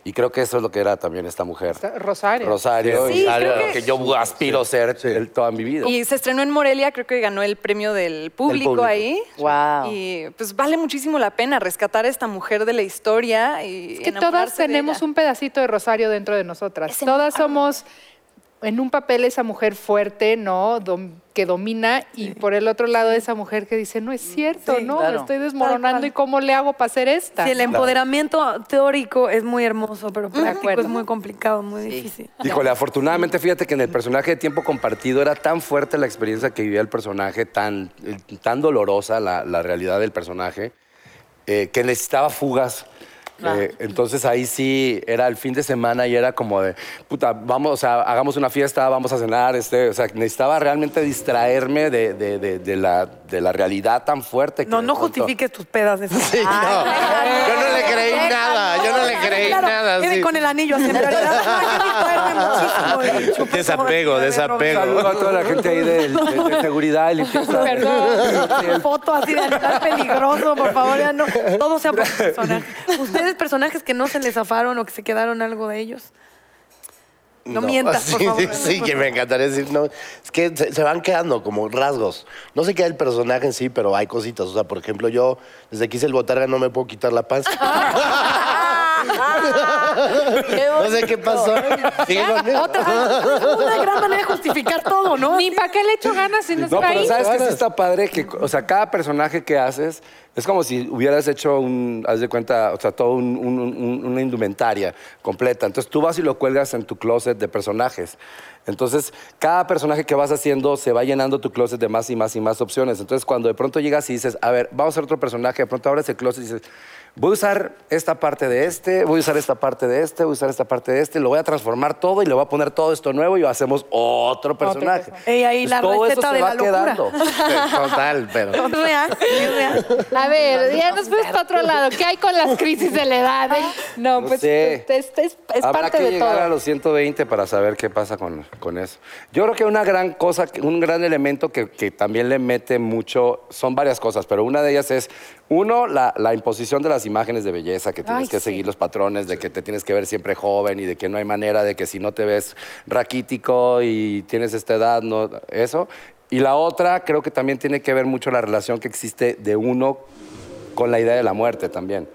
Speaker 8: Y creo que eso es lo que era también esta mujer.
Speaker 4: Rosario.
Speaker 8: Rosario,
Speaker 7: Sí,
Speaker 8: y algo
Speaker 7: creo
Speaker 8: que...
Speaker 7: que-
Speaker 8: yo aspiro a ser el- toda mi vida.
Speaker 7: Y se estrenó en Morelia, creo que ganó el premio del público,
Speaker 8: público.
Speaker 7: ahí.
Speaker 2: Wow.
Speaker 7: Y pues vale muchísimo la pena rescatar a esta mujer de la historia y
Speaker 4: Es que todas tenemos un pedacito de Rosario dentro de nosotras.
Speaker 7: Es
Speaker 4: todas somos en un papel esa mujer fuerte, ¿no? Dom- que domina y por el otro lado esa mujer que dice, no es cierto,
Speaker 2: Sí,
Speaker 4: ¿no?
Speaker 2: claro.
Speaker 4: Me estoy desmoronando y cómo le hago para hacer esta.
Speaker 3: Sí, el empoderamiento teórico es muy hermoso, pero práctico
Speaker 4: acuerdo.
Speaker 3: es muy complicado, muy difícil.
Speaker 8: Híjole, afortunadamente, fíjate que en el personaje de tiempo compartido era tan fuerte la experiencia que vivía el personaje, tan, eh, tan dolorosa la, la realidad del personaje, eh, que necesitaba fugas. Eh, entonces ahí sí era el fin de semana y era como de, puta, vamos, o sea, hagamos una fiesta, vamos a cenar, este, o sea, necesitaba realmente distraerme de, de- de- de la, de la realidad tan fuerte. que
Speaker 3: No,
Speaker 8: de
Speaker 3: no
Speaker 8: pronto-
Speaker 3: justifiques tus pedas. de
Speaker 9: Sí, no. Yo no le creí nada, Ah, yo no le creí
Speaker 3: Claro,
Speaker 9: nada.
Speaker 3: viene
Speaker 9: sí.
Speaker 3: con el anillo así, en realidad, ay, yo me acuerdo muchísimo.
Speaker 9: Desapego, desapego.
Speaker 8: Saludo a toda la gente ahí de, de- de seguridad y limpieza.
Speaker 3: Perdón, foto así de estar peligroso, por favor, ya no. Todo sea por personaje. ¿Ustedes personajes que no se les zafaron o que se quedaron algo de ellos? No, mientas, por
Speaker 9: sí,
Speaker 3: favor.
Speaker 9: sí, sí, que me encantaría decir, no. Es que se, se van quedando como rasgos. No se queda el personaje en sí, pero hay cositas. O sea, por ejemplo, yo desde que hice el botarga no me puedo quitar la panza. no sé qué pasó. Sigue conmigo.
Speaker 3: Una gran manera de justificar todo, ¿no?
Speaker 4: Ni para qué le echo ganas este si no,
Speaker 8: No,
Speaker 4: está
Speaker 8: pero
Speaker 4: ahí.
Speaker 8: sabes que sí está padre que, o sea, cada personaje que haces es como si hubieras hecho un, haz de cuenta, o sea, todo un- un- un- una indumentaria completa. Entonces tú vas y lo cuelgas en tu closet de personajes. Entonces, cada personaje que vas haciendo se va llenando tu closet de más y más y más opciones. Entonces, cuando de pronto llegas y dices, a ver, vamos a hacer otro personaje, de pronto abres el closet y dices, voy a usar esta parte de este, voy a usar esta parte de este, voy a usar esta parte de este, lo voy a transformar todo y le voy a poner todo esto nuevo y hacemos otro personaje.
Speaker 3: Ey, ahí la
Speaker 8: Pues todo eso
Speaker 3: receta
Speaker 8: se
Speaker 3: de
Speaker 8: va
Speaker 3: la locura.
Speaker 8: quedando.
Speaker 9: Total, pero.
Speaker 3: Es real, es real.
Speaker 4: A ver, ya nos fuimos para otro lado. ¿Qué hay con las crisis de la edad? eh? No,
Speaker 8: No
Speaker 4: pues
Speaker 8: sé.
Speaker 4: es, es- es
Speaker 8: Habrá
Speaker 4: parte
Speaker 8: que
Speaker 4: de
Speaker 8: llegar
Speaker 4: todo.
Speaker 8: a los 120 para saber qué pasa con, con eso. Yo creo que una gran cosa, un gran elemento que, que también le mete mucho, son varias cosas, pero una de ellas es, uno, la, la imposición de las imágenes de belleza, que tienes
Speaker 4: Ay,
Speaker 8: que
Speaker 4: sí.
Speaker 8: seguir los patrones, de que te tienes que ver siempre joven y de que no hay manera de que si no te ves raquítico y tienes esta edad, no, eso. Y la otra, creo que también tiene que ver mucho la relación que existe de uno con la idea de la muerte también.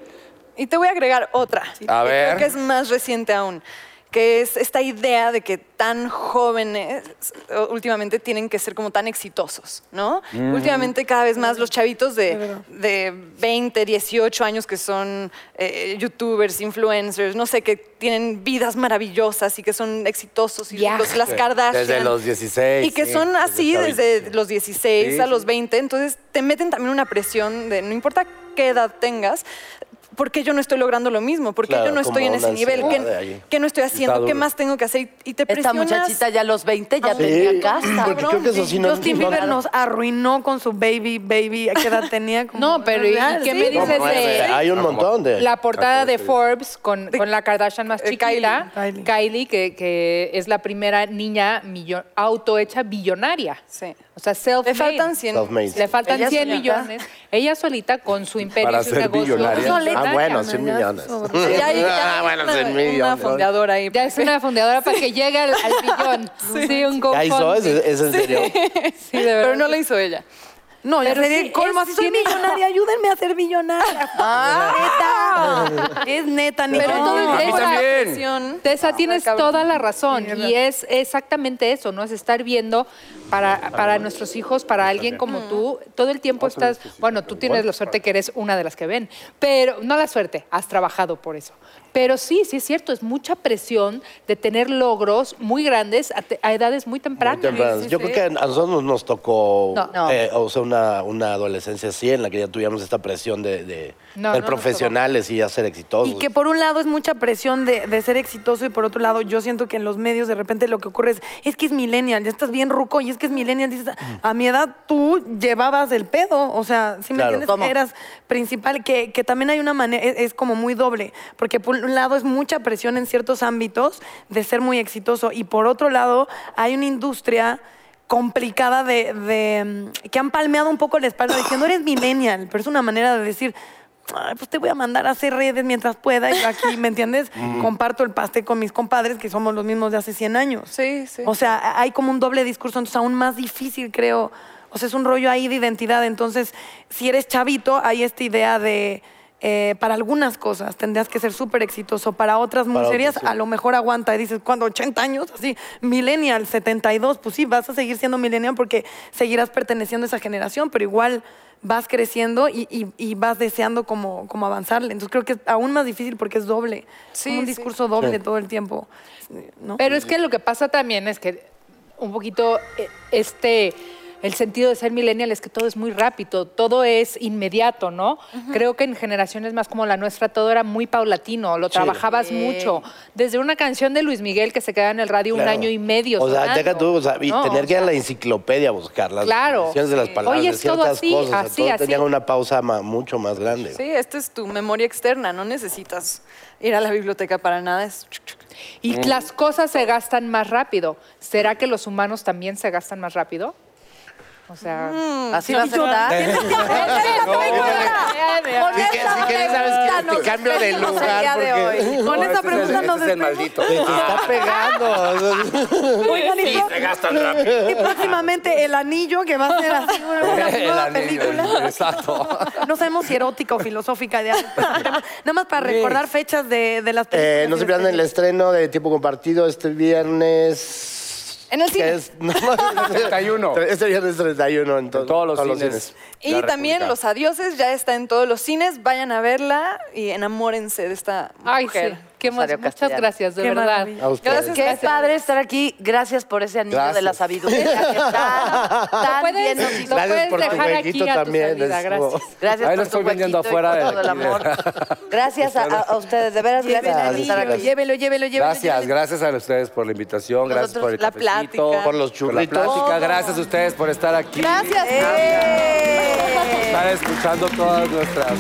Speaker 7: Y te voy a agregar otra.
Speaker 8: A
Speaker 7: que
Speaker 8: ver.
Speaker 7: Creo que es más reciente aún. Que es esta idea de que tan jóvenes eh, últimamente tienen que ser como tan exitosos, ¿no?
Speaker 8: Mm.
Speaker 7: Últimamente cada vez más los chavitos de, de 20, 18 años que son eh, youtubers, influencers, no sé, que tienen vidas maravillosas y que son exitosos y ricos, las Kardashian.
Speaker 8: Desde los 16.
Speaker 7: Y que
Speaker 8: sí,
Speaker 7: son así
Speaker 8: ahorita.
Speaker 7: desde los 16
Speaker 8: Sí,
Speaker 7: a
Speaker 8: sí.
Speaker 7: los 20, entonces te meten también una presión de no importa qué edad tengas. ¿Por qué yo no estoy logrando lo mismo? ¿Por qué
Speaker 9: Claro,
Speaker 7: yo no estoy en
Speaker 9: como
Speaker 7: ese
Speaker 9: una
Speaker 7: nivel?
Speaker 9: ansiedad de
Speaker 7: ¿Qué,
Speaker 9: ahí.
Speaker 7: qué no estoy
Speaker 8: Está
Speaker 7: haciendo? ¿Qué
Speaker 8: duro.
Speaker 7: más tengo que hacer? Y te
Speaker 2: Esta
Speaker 7: presionas.
Speaker 2: muchachita ya a los 20 ya
Speaker 7: Sí,
Speaker 2: tenía casa.
Speaker 9: porque Pues creo que eso sí no-
Speaker 3: Justin
Speaker 9: no-
Speaker 3: Bieber nos arruinó con su baby, baby. ¿A qué edad tenía? Como-
Speaker 4: No, pero ¿y
Speaker 3: Ah,
Speaker 4: qué
Speaker 3: sí.
Speaker 4: me dices
Speaker 9: No, pues,
Speaker 4: de-
Speaker 9: nueve, hay un
Speaker 8: Ah, como-
Speaker 9: montón de.
Speaker 4: La portada de Forbes con,
Speaker 7: De-
Speaker 4: con la Kardashian más
Speaker 7: eh,
Speaker 4: chiquita,
Speaker 3: Kylie.
Speaker 4: Kylie, que, que es la primera niña millo- autohecha billonaria.
Speaker 7: Sí.
Speaker 4: O O sea, self
Speaker 6: Le faltan 100.
Speaker 9: Self-made.
Speaker 4: Le faltan
Speaker 6: Ella
Speaker 4: 100
Speaker 6: solita.
Speaker 4: millones. Ella solita con su imperio
Speaker 8: Para
Speaker 4: y su
Speaker 8: ser
Speaker 4: negocio.
Speaker 8: billonaria.
Speaker 4: No, le
Speaker 9: Ah,
Speaker 4: da,
Speaker 9: bueno,
Speaker 4: cabrón,
Speaker 9: 100
Speaker 4: ya.
Speaker 9: millones.
Speaker 6: Ya hay- ya
Speaker 9: Ah,
Speaker 6: hay
Speaker 9: bueno,
Speaker 6: una-
Speaker 9: 100
Speaker 6: Una
Speaker 9: millones.
Speaker 6: fondeadora ahí.
Speaker 4: Ya es una fundadora para que llegue al, al billón. Sí, un
Speaker 9: ¿Ya hizo? ¿Es,
Speaker 4: GoFundMe.
Speaker 9: es en serio?
Speaker 4: Sí, de verdad.
Speaker 6: Pero no la hizo ella.
Speaker 3: No, yo
Speaker 4: Pero
Speaker 3: sería
Speaker 4: sí,
Speaker 3: el colmo.
Speaker 4: es-
Speaker 3: Así soy
Speaker 4: tiene-
Speaker 3: millonaria, ayúdenme a ser millonaria. neta. Es neta, ni
Speaker 4: Ah. Pero
Speaker 3: yo.
Speaker 4: todo el-
Speaker 8: A mí
Speaker 4: esa-
Speaker 8: también.
Speaker 6: Presión.
Speaker 4: Tessa, tienes
Speaker 6: cabrón.
Speaker 4: toda la razón. Y es exactamente eso, ¿no? Es estar viendo para, para nuestros hijos, para alguien como tú. Todo el tiempo estás. Bueno, tú tienes la suerte que eres una de las que ven. Pero no la suerte, has trabajado por eso. Pero sí, sí es cierto, es mucha presión de tener logros muy grandes a, te- a edades muy tempranas.
Speaker 9: Muy tempranas. Yo creo que a nosotros nos tocó
Speaker 4: No, no.
Speaker 9: eh, o sea, una, una adolescencia así en la que ya tuvimos esta presión de, de
Speaker 4: No,
Speaker 9: ser
Speaker 4: no nos
Speaker 9: profesionales y ya ser exitosos.
Speaker 3: Y que por un lado es mucha presión de, de ser exitoso y por otro lado yo siento que en los medios de repente lo que ocurre es, es que es millennial, ya estás bien ruco y es que es millennial. Dices, a mi edad tú llevabas el pedo, o sea, si me
Speaker 9: Claro.
Speaker 3: entiendes,
Speaker 2: ¿Cómo?
Speaker 3: eras principal, que, que también hay una manera, es, es como muy doble, porque por un lado es mucha presión en ciertos ámbitos de ser muy exitoso y por otro lado hay una industria complicada de, de, mm, que han palmeado un poco la espalda diciendo eres millennial, pero es una manera de decir "Ay, pues te voy a mandar a hacer redes mientras pueda y yo aquí, ¿me entiendes? Comparto el pastel con mis compadres que somos los mismos de hace 100 años.
Speaker 6: Sí, sí.
Speaker 3: O sea, a- hay como un doble discurso, entonces aún más difícil, creo. O sea, es un rollo ahí de identidad. Entonces, si eres chavito, hay esta idea de. eh, para algunas cosas tendrías que ser súper exitoso, para otras muy
Speaker 9: Para otras,
Speaker 3: serias
Speaker 9: sí.
Speaker 3: a lo mejor aguanta y dices, cuando 80 años, así, millennial, 72, pues sí, vas a seguir siendo millennial porque seguirás perteneciendo a esa generación, pero igual vas creciendo y, y- y vas deseando como, como avanzarle. Entonces creo que es aún más difícil porque es doble, Es como
Speaker 6: Sí, sí.
Speaker 3: un discurso doble todo el tiempo. ¿no?
Speaker 4: Pero es que lo que pasa también es que un poquito eh, este el sentido de ser millennial es que todo es muy rápido, todo es inmediato, ¿no? Creo que en generaciones más como la nuestra todo era muy paulatino, lo trabajabas mucho. Desde una canción de Luis Miguel que se queda en el radio
Speaker 9: Claro.
Speaker 4: un año y medio.
Speaker 9: O sea,
Speaker 4: sonando,
Speaker 9: deja tú, o sea, y
Speaker 4: ¿no?
Speaker 9: tener
Speaker 4: O
Speaker 9: que ir a
Speaker 4: sea,
Speaker 9: la enciclopedia a buscar las
Speaker 4: Claro.
Speaker 9: definiciones de las
Speaker 4: Sí.
Speaker 9: palabras,
Speaker 4: Hoy
Speaker 9: de
Speaker 4: es todo
Speaker 9: ciertas
Speaker 4: así,
Speaker 9: cosas. o sea,
Speaker 4: así,
Speaker 9: todos
Speaker 4: así.
Speaker 9: tenían una pausa ma- mucho más grande.
Speaker 6: Sí, esta es tu memoria externa, no necesitas ir a la biblioteca para nada. es chuc, chuc.
Speaker 4: Y
Speaker 9: Mm.
Speaker 4: las cosas se gastan más rápido. ¿Será que los humanos también se gastan más rápido? O sea,
Speaker 7: Mm.
Speaker 2: Así vas a estar.
Speaker 8: Si que- si quieres, ¿sabes qué? Te cambio de lugar. porque-
Speaker 3: Con esa
Speaker 8: este es el-
Speaker 3: pregunta nos
Speaker 8: este es el maldito.
Speaker 9: Te está pegando.
Speaker 3: Oigan, y pro-
Speaker 8: gastan rápido.
Speaker 3: y próximamente el anillo que va a ser así una, una
Speaker 8: El
Speaker 3: nueva
Speaker 8: anillo,
Speaker 3: película.
Speaker 8: Exacto.
Speaker 3: No sabemos si erótica o filosófica de algo. Nada más para recordar fechas de, de las películas.
Speaker 9: Eh, no se
Speaker 3: y las
Speaker 9: pierdan el
Speaker 3: series.
Speaker 9: estreno de Tiempo Compartido este viernes.
Speaker 6: En el
Speaker 9: que
Speaker 6: cine.
Speaker 9: es- no, este-
Speaker 8: 31.
Speaker 9: Este viernes 31 en, to-
Speaker 8: En todos los cines.
Speaker 6: Y
Speaker 8: La
Speaker 6: también
Speaker 8: República.
Speaker 6: Los Adioses ya está en todos los cines. Vayan a verla y enamórense de esta
Speaker 4: ay, sí.
Speaker 6: mujer.
Speaker 4: Qué
Speaker 2: Rosario
Speaker 4: muchas
Speaker 2: Castellanos.
Speaker 4: gracias, de
Speaker 3: Qué
Speaker 4: verdad.
Speaker 3: maravilla.
Speaker 9: A ustedes.
Speaker 6: Gracias,
Speaker 2: Qué padre estar aquí. Gracias por ese anillo de la
Speaker 9: Gracias.
Speaker 2: sabiduría que está tan
Speaker 4: puedes-
Speaker 2: bien nos hizo.
Speaker 4: Lo
Speaker 9: Gracias
Speaker 4: puedes
Speaker 9: por tu
Speaker 4: dejar aquí
Speaker 9: jueguito
Speaker 4: a tu
Speaker 9: también.
Speaker 4: salida,
Speaker 9: es
Speaker 4: gracias.
Speaker 9: como-
Speaker 2: Gracias
Speaker 8: Ahí lo
Speaker 2: por tu
Speaker 8: estoy vendiendo
Speaker 2: huequito y
Speaker 8: afuera
Speaker 2: por
Speaker 8: de
Speaker 2: todo el
Speaker 8: aquí.
Speaker 2: amor. Gracias a, a- a ustedes, de veras, gracias por estar aquí.
Speaker 3: Llévelo, llévelo, llévelo.
Speaker 8: Gracias, gracias a ustedes por la invitación, gracias
Speaker 6: Nosotros,
Speaker 8: por el
Speaker 6: la
Speaker 8: cafecito,
Speaker 6: plática.
Speaker 9: Por los
Speaker 8: por la
Speaker 9: churritos.
Speaker 8: plática, gracias a ustedes por estar aquí.
Speaker 6: Gracias.
Speaker 8: por estar escuchando todas nuestras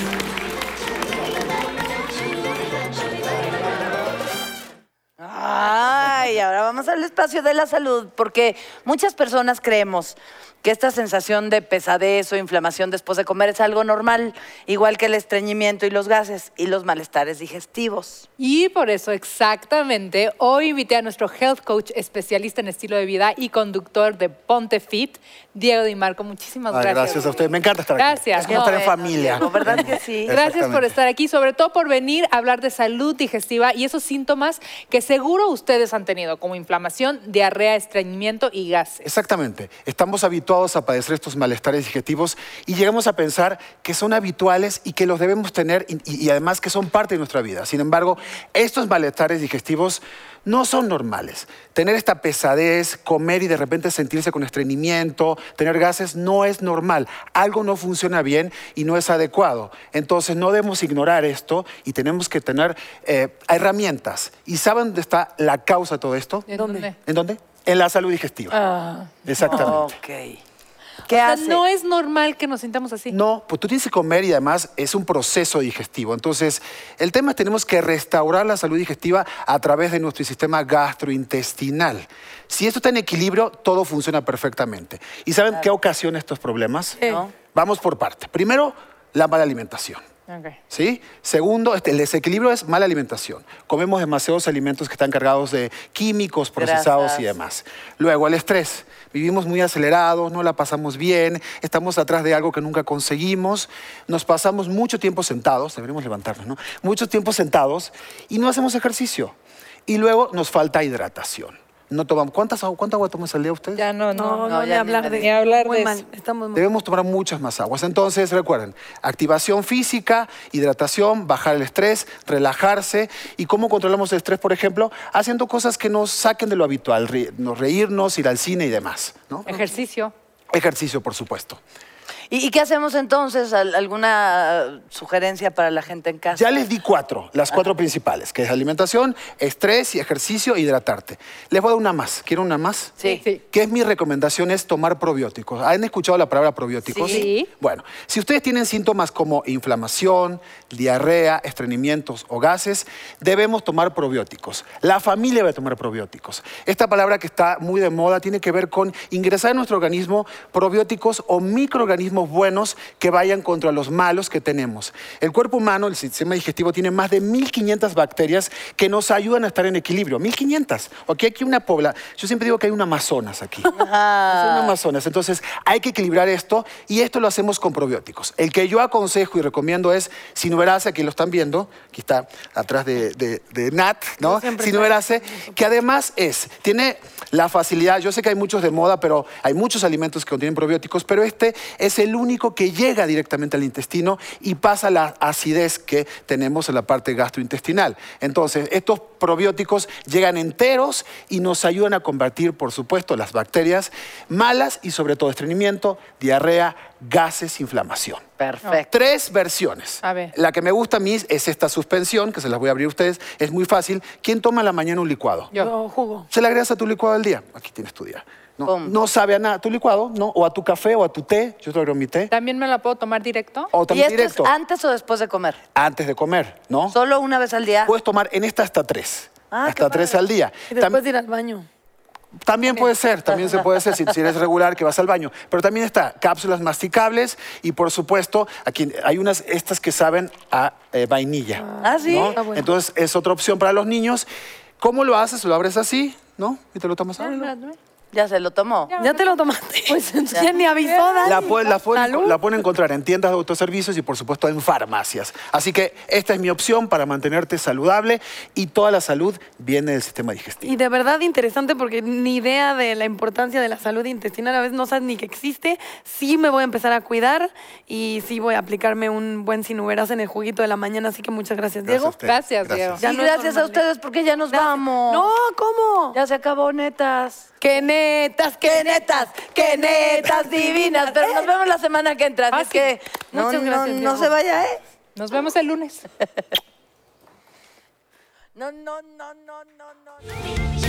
Speaker 2: Ay, ahora vamos al espacio de la salud, porque muchas personas creemos que esta sensación de pesadez o inflamación después de comer es algo normal, igual que el estreñimiento y los gases y los malestares digestivos.
Speaker 4: Y por eso exactamente hoy invité a nuestro health coach especialista en estilo de vida y conductor de Ponte Fit, Diego Di Marco. Muchísimas
Speaker 7: Ay,
Speaker 4: gracias.
Speaker 7: gracias a ustedes. Me encanta estar aquí.
Speaker 4: Gracias.
Speaker 7: Es como
Speaker 4: No,
Speaker 7: estar en
Speaker 4: eh,
Speaker 7: familia.
Speaker 2: Diego, ¿verdad que sí?
Speaker 4: Gracias por
Speaker 7: Exactamente.
Speaker 4: estar aquí, sobre todo por venir a hablar de salud digestiva y esos síntomas que seguro ustedes han tenido, como inflamación, diarrea, estreñimiento y gases.
Speaker 7: Exactamente. Estamos habituados a padecer estos malestares digestivos y llegamos a pensar que son habituales y que los debemos tener y, y- y además que son parte de nuestra vida. Sin embargo, estos malestares digestivos no son normales. Tener esta pesadez, comer y de repente sentirse con estreñimiento, tener gases, no es normal. Algo no funciona bien y no es adecuado. Entonces no debemos ignorar esto y tenemos que tener eh, herramientas. ¿Y saben dónde está la causa de todo esto?
Speaker 4: ¿En dónde?
Speaker 3: Ah.
Speaker 7: ¿En dónde? En la salud digestiva. Exactamente.
Speaker 2: Ok. ¿Qué
Speaker 4: o sea,
Speaker 2: hace?
Speaker 4: no es normal que nos sintamos así.
Speaker 7: No, pues tú tienes que comer y además es un proceso digestivo. Entonces, el tema es tenemos que restaurar la salud digestiva a través de nuestro sistema gastrointestinal. Si esto está en equilibrio, todo funciona perfectamente. ¿Y saben qué ocasiona estos problemas?
Speaker 2: ¿No?
Speaker 7: Vamos por partes. Primero, la mala alimentación. ¿Sí? Segundo, este, el desequilibrio es mala alimentación. Comemos demasiados alimentos que están cargados de químicos, procesados y
Speaker 2: Grasas.
Speaker 7: demás. Luego, el estrés. Vivimos muy acelerados, no la pasamos bien, estamos atrás de algo que nunca conseguimos, nos pasamos mucho tiempo sentados, deberíamos levantarnos, ¿no? Mucho tiempo sentados y no hacemos ejercicio. Y luego nos falta hidratación. No tomamos, ¿cuántas, agu- ¿Cuánta agua tomas al día ustedes?
Speaker 6: Ya no, no.
Speaker 3: No, no,
Speaker 2: no,
Speaker 3: ni
Speaker 2: ya ni
Speaker 3: hablar
Speaker 2: me
Speaker 3: de
Speaker 6: digas. Ni hablar
Speaker 3: Muy
Speaker 6: de
Speaker 3: mal,
Speaker 6: eso.
Speaker 3: Estamos muy
Speaker 7: Debemos tomar muchas más aguas. Entonces, recuerden, activación física, hidratación, bajar el estrés, relajarse. ¿Y cómo controlamos el estrés, por ejemplo? Haciendo cosas que nos saquen de lo habitual, ri- nos reírnos, ir al cine y demás. ¿no?
Speaker 4: Ejercicio.
Speaker 7: Ejercicio, por supuesto.
Speaker 2: ¿Y, y qué hacemos entonces? ¿Al- ¿Alguna eh, sugerencia para la gente en casa?
Speaker 7: Ya les di cuatro, las cuatro principales, que es alimentación, estrés y ejercicio, e hidratarte. Les voy a dar una más. ¿Quieren una más?
Speaker 2: Sí.
Speaker 4: Sí.
Speaker 7: ¿Qué es mi recomendación? Es tomar probióticos. ¿Han escuchado la palabra probióticos?
Speaker 4: Sí.
Speaker 7: Bueno, si ustedes tienen síntomas como inflamación, diarrea, estreñimientos o gases, debemos tomar probióticos. La familia debe tomar probióticos. Esta palabra que está muy de moda tiene que ver con ingresar en nuestro organismo probióticos o microorganismos buenos que vayan contra los malos que tenemos. El cuerpo humano, el sistema digestivo, tiene más de 1500 bacterias que nos ayudan a estar en equilibrio. 1500. Ok, aquí una pobla. Yo siempre digo que hay un Amazonas aquí. Es un Amazonas. Entonces, hay que equilibrar esto y esto lo hacemos con probióticos. El que yo aconsejo y recomiendo es sinuberase, aquí lo están viendo, aquí está atrás de, de- de Nat, ¿no? Sinuberase, que además es, tiene la facilidad, yo sé que hay muchos de moda, pero hay muchos alimentos que contienen probióticos, pero este es el único que llega directamente al intestino y pasa la acidez que tenemos en la parte gastrointestinal. Entonces, estos probióticos llegan enteros y nos ayudan a combatir, por supuesto, las bacterias malas y sobre todo estreñimiento, diarrea, gases, inflamación.
Speaker 2: Perfecto.
Speaker 7: Tres versiones.
Speaker 4: A ver.
Speaker 7: La que me gusta a mí es esta suspensión, que se las voy a abrir a ustedes. Es muy fácil. ¿Quién toma en la mañana un licuado?
Speaker 4: Yo.
Speaker 3: No, jugo.
Speaker 7: Se le agregas a tu licuado al día. Aquí tienes tu día. No,
Speaker 2: ¿Cómo?
Speaker 7: no sabe a nada. Tu licuado, ¿no? O a tu café o a tu té. Yo te lo agrego a mi té.
Speaker 4: ¿También me la puedo tomar directo?
Speaker 7: O
Speaker 2: ¿Y
Speaker 7: también
Speaker 2: esto
Speaker 7: directo.
Speaker 2: es antes o después de comer?
Speaker 7: Antes de comer, ¿no?
Speaker 2: ¿Solo una vez al día?
Speaker 7: Puedes tomar en esta hasta tres.
Speaker 2: Ah, qué
Speaker 7: hasta tres al día.
Speaker 3: Y
Speaker 7: Tam-
Speaker 3: después de ir al baño.
Speaker 7: También puede ser, también se puede ser si, si eres regular que vas al baño. Pero también está cápsulas masticables y por supuesto, aquí hay unas estas que saben a eh, vainilla.
Speaker 2: Ah, sí.
Speaker 7: ¿no?
Speaker 3: está bueno.
Speaker 7: Entonces es otra opción para los niños. ¿Cómo lo haces? Lo abres así, ¿no? Y te lo tomas
Speaker 2: Ah,
Speaker 7: ahora.
Speaker 2: Ya se lo tomó.
Speaker 3: Ya te lo tomaste. Pues entonces ya ni avisó, Dani.
Speaker 7: La pueden, la, pueden,
Speaker 3: Salud.
Speaker 7: la pueden encontrar en tiendas de autoservicios y por supuesto en farmacias. Así que esta es mi opción para mantenerte saludable y toda la salud viene del sistema digestivo.
Speaker 3: Y de verdad interesante porque ni idea de la importancia de la salud intestinal, a veces no sabes ni que existe. Sí me voy a empezar a cuidar y sí voy a aplicarme un buen sinuberas en el juguito de la mañana, así que muchas gracias,
Speaker 7: Gracias a
Speaker 3: Diego.
Speaker 7: ustedes.
Speaker 4: Gracias, Diego.
Speaker 2: Y
Speaker 3: no es
Speaker 2: gracias a
Speaker 3: normal.
Speaker 2: ustedes porque ya nos vamos.
Speaker 3: No, ¿cómo?
Speaker 2: Ya se acabó, netas.
Speaker 3: Que netas,
Speaker 2: ¡Qué netas! ¡Qué netas divinas! Pero nos vemos la semana que entra. Así
Speaker 4: Ah,
Speaker 2: es que
Speaker 4: sí.
Speaker 2: no,
Speaker 4: Muchas
Speaker 2: no-
Speaker 4: gracias,
Speaker 2: no
Speaker 4: Diego.
Speaker 2: se vaya, ¿eh?
Speaker 4: Nos vemos el lunes.
Speaker 2: No, no, no, no, no, no. no.
Speaker 11: Baby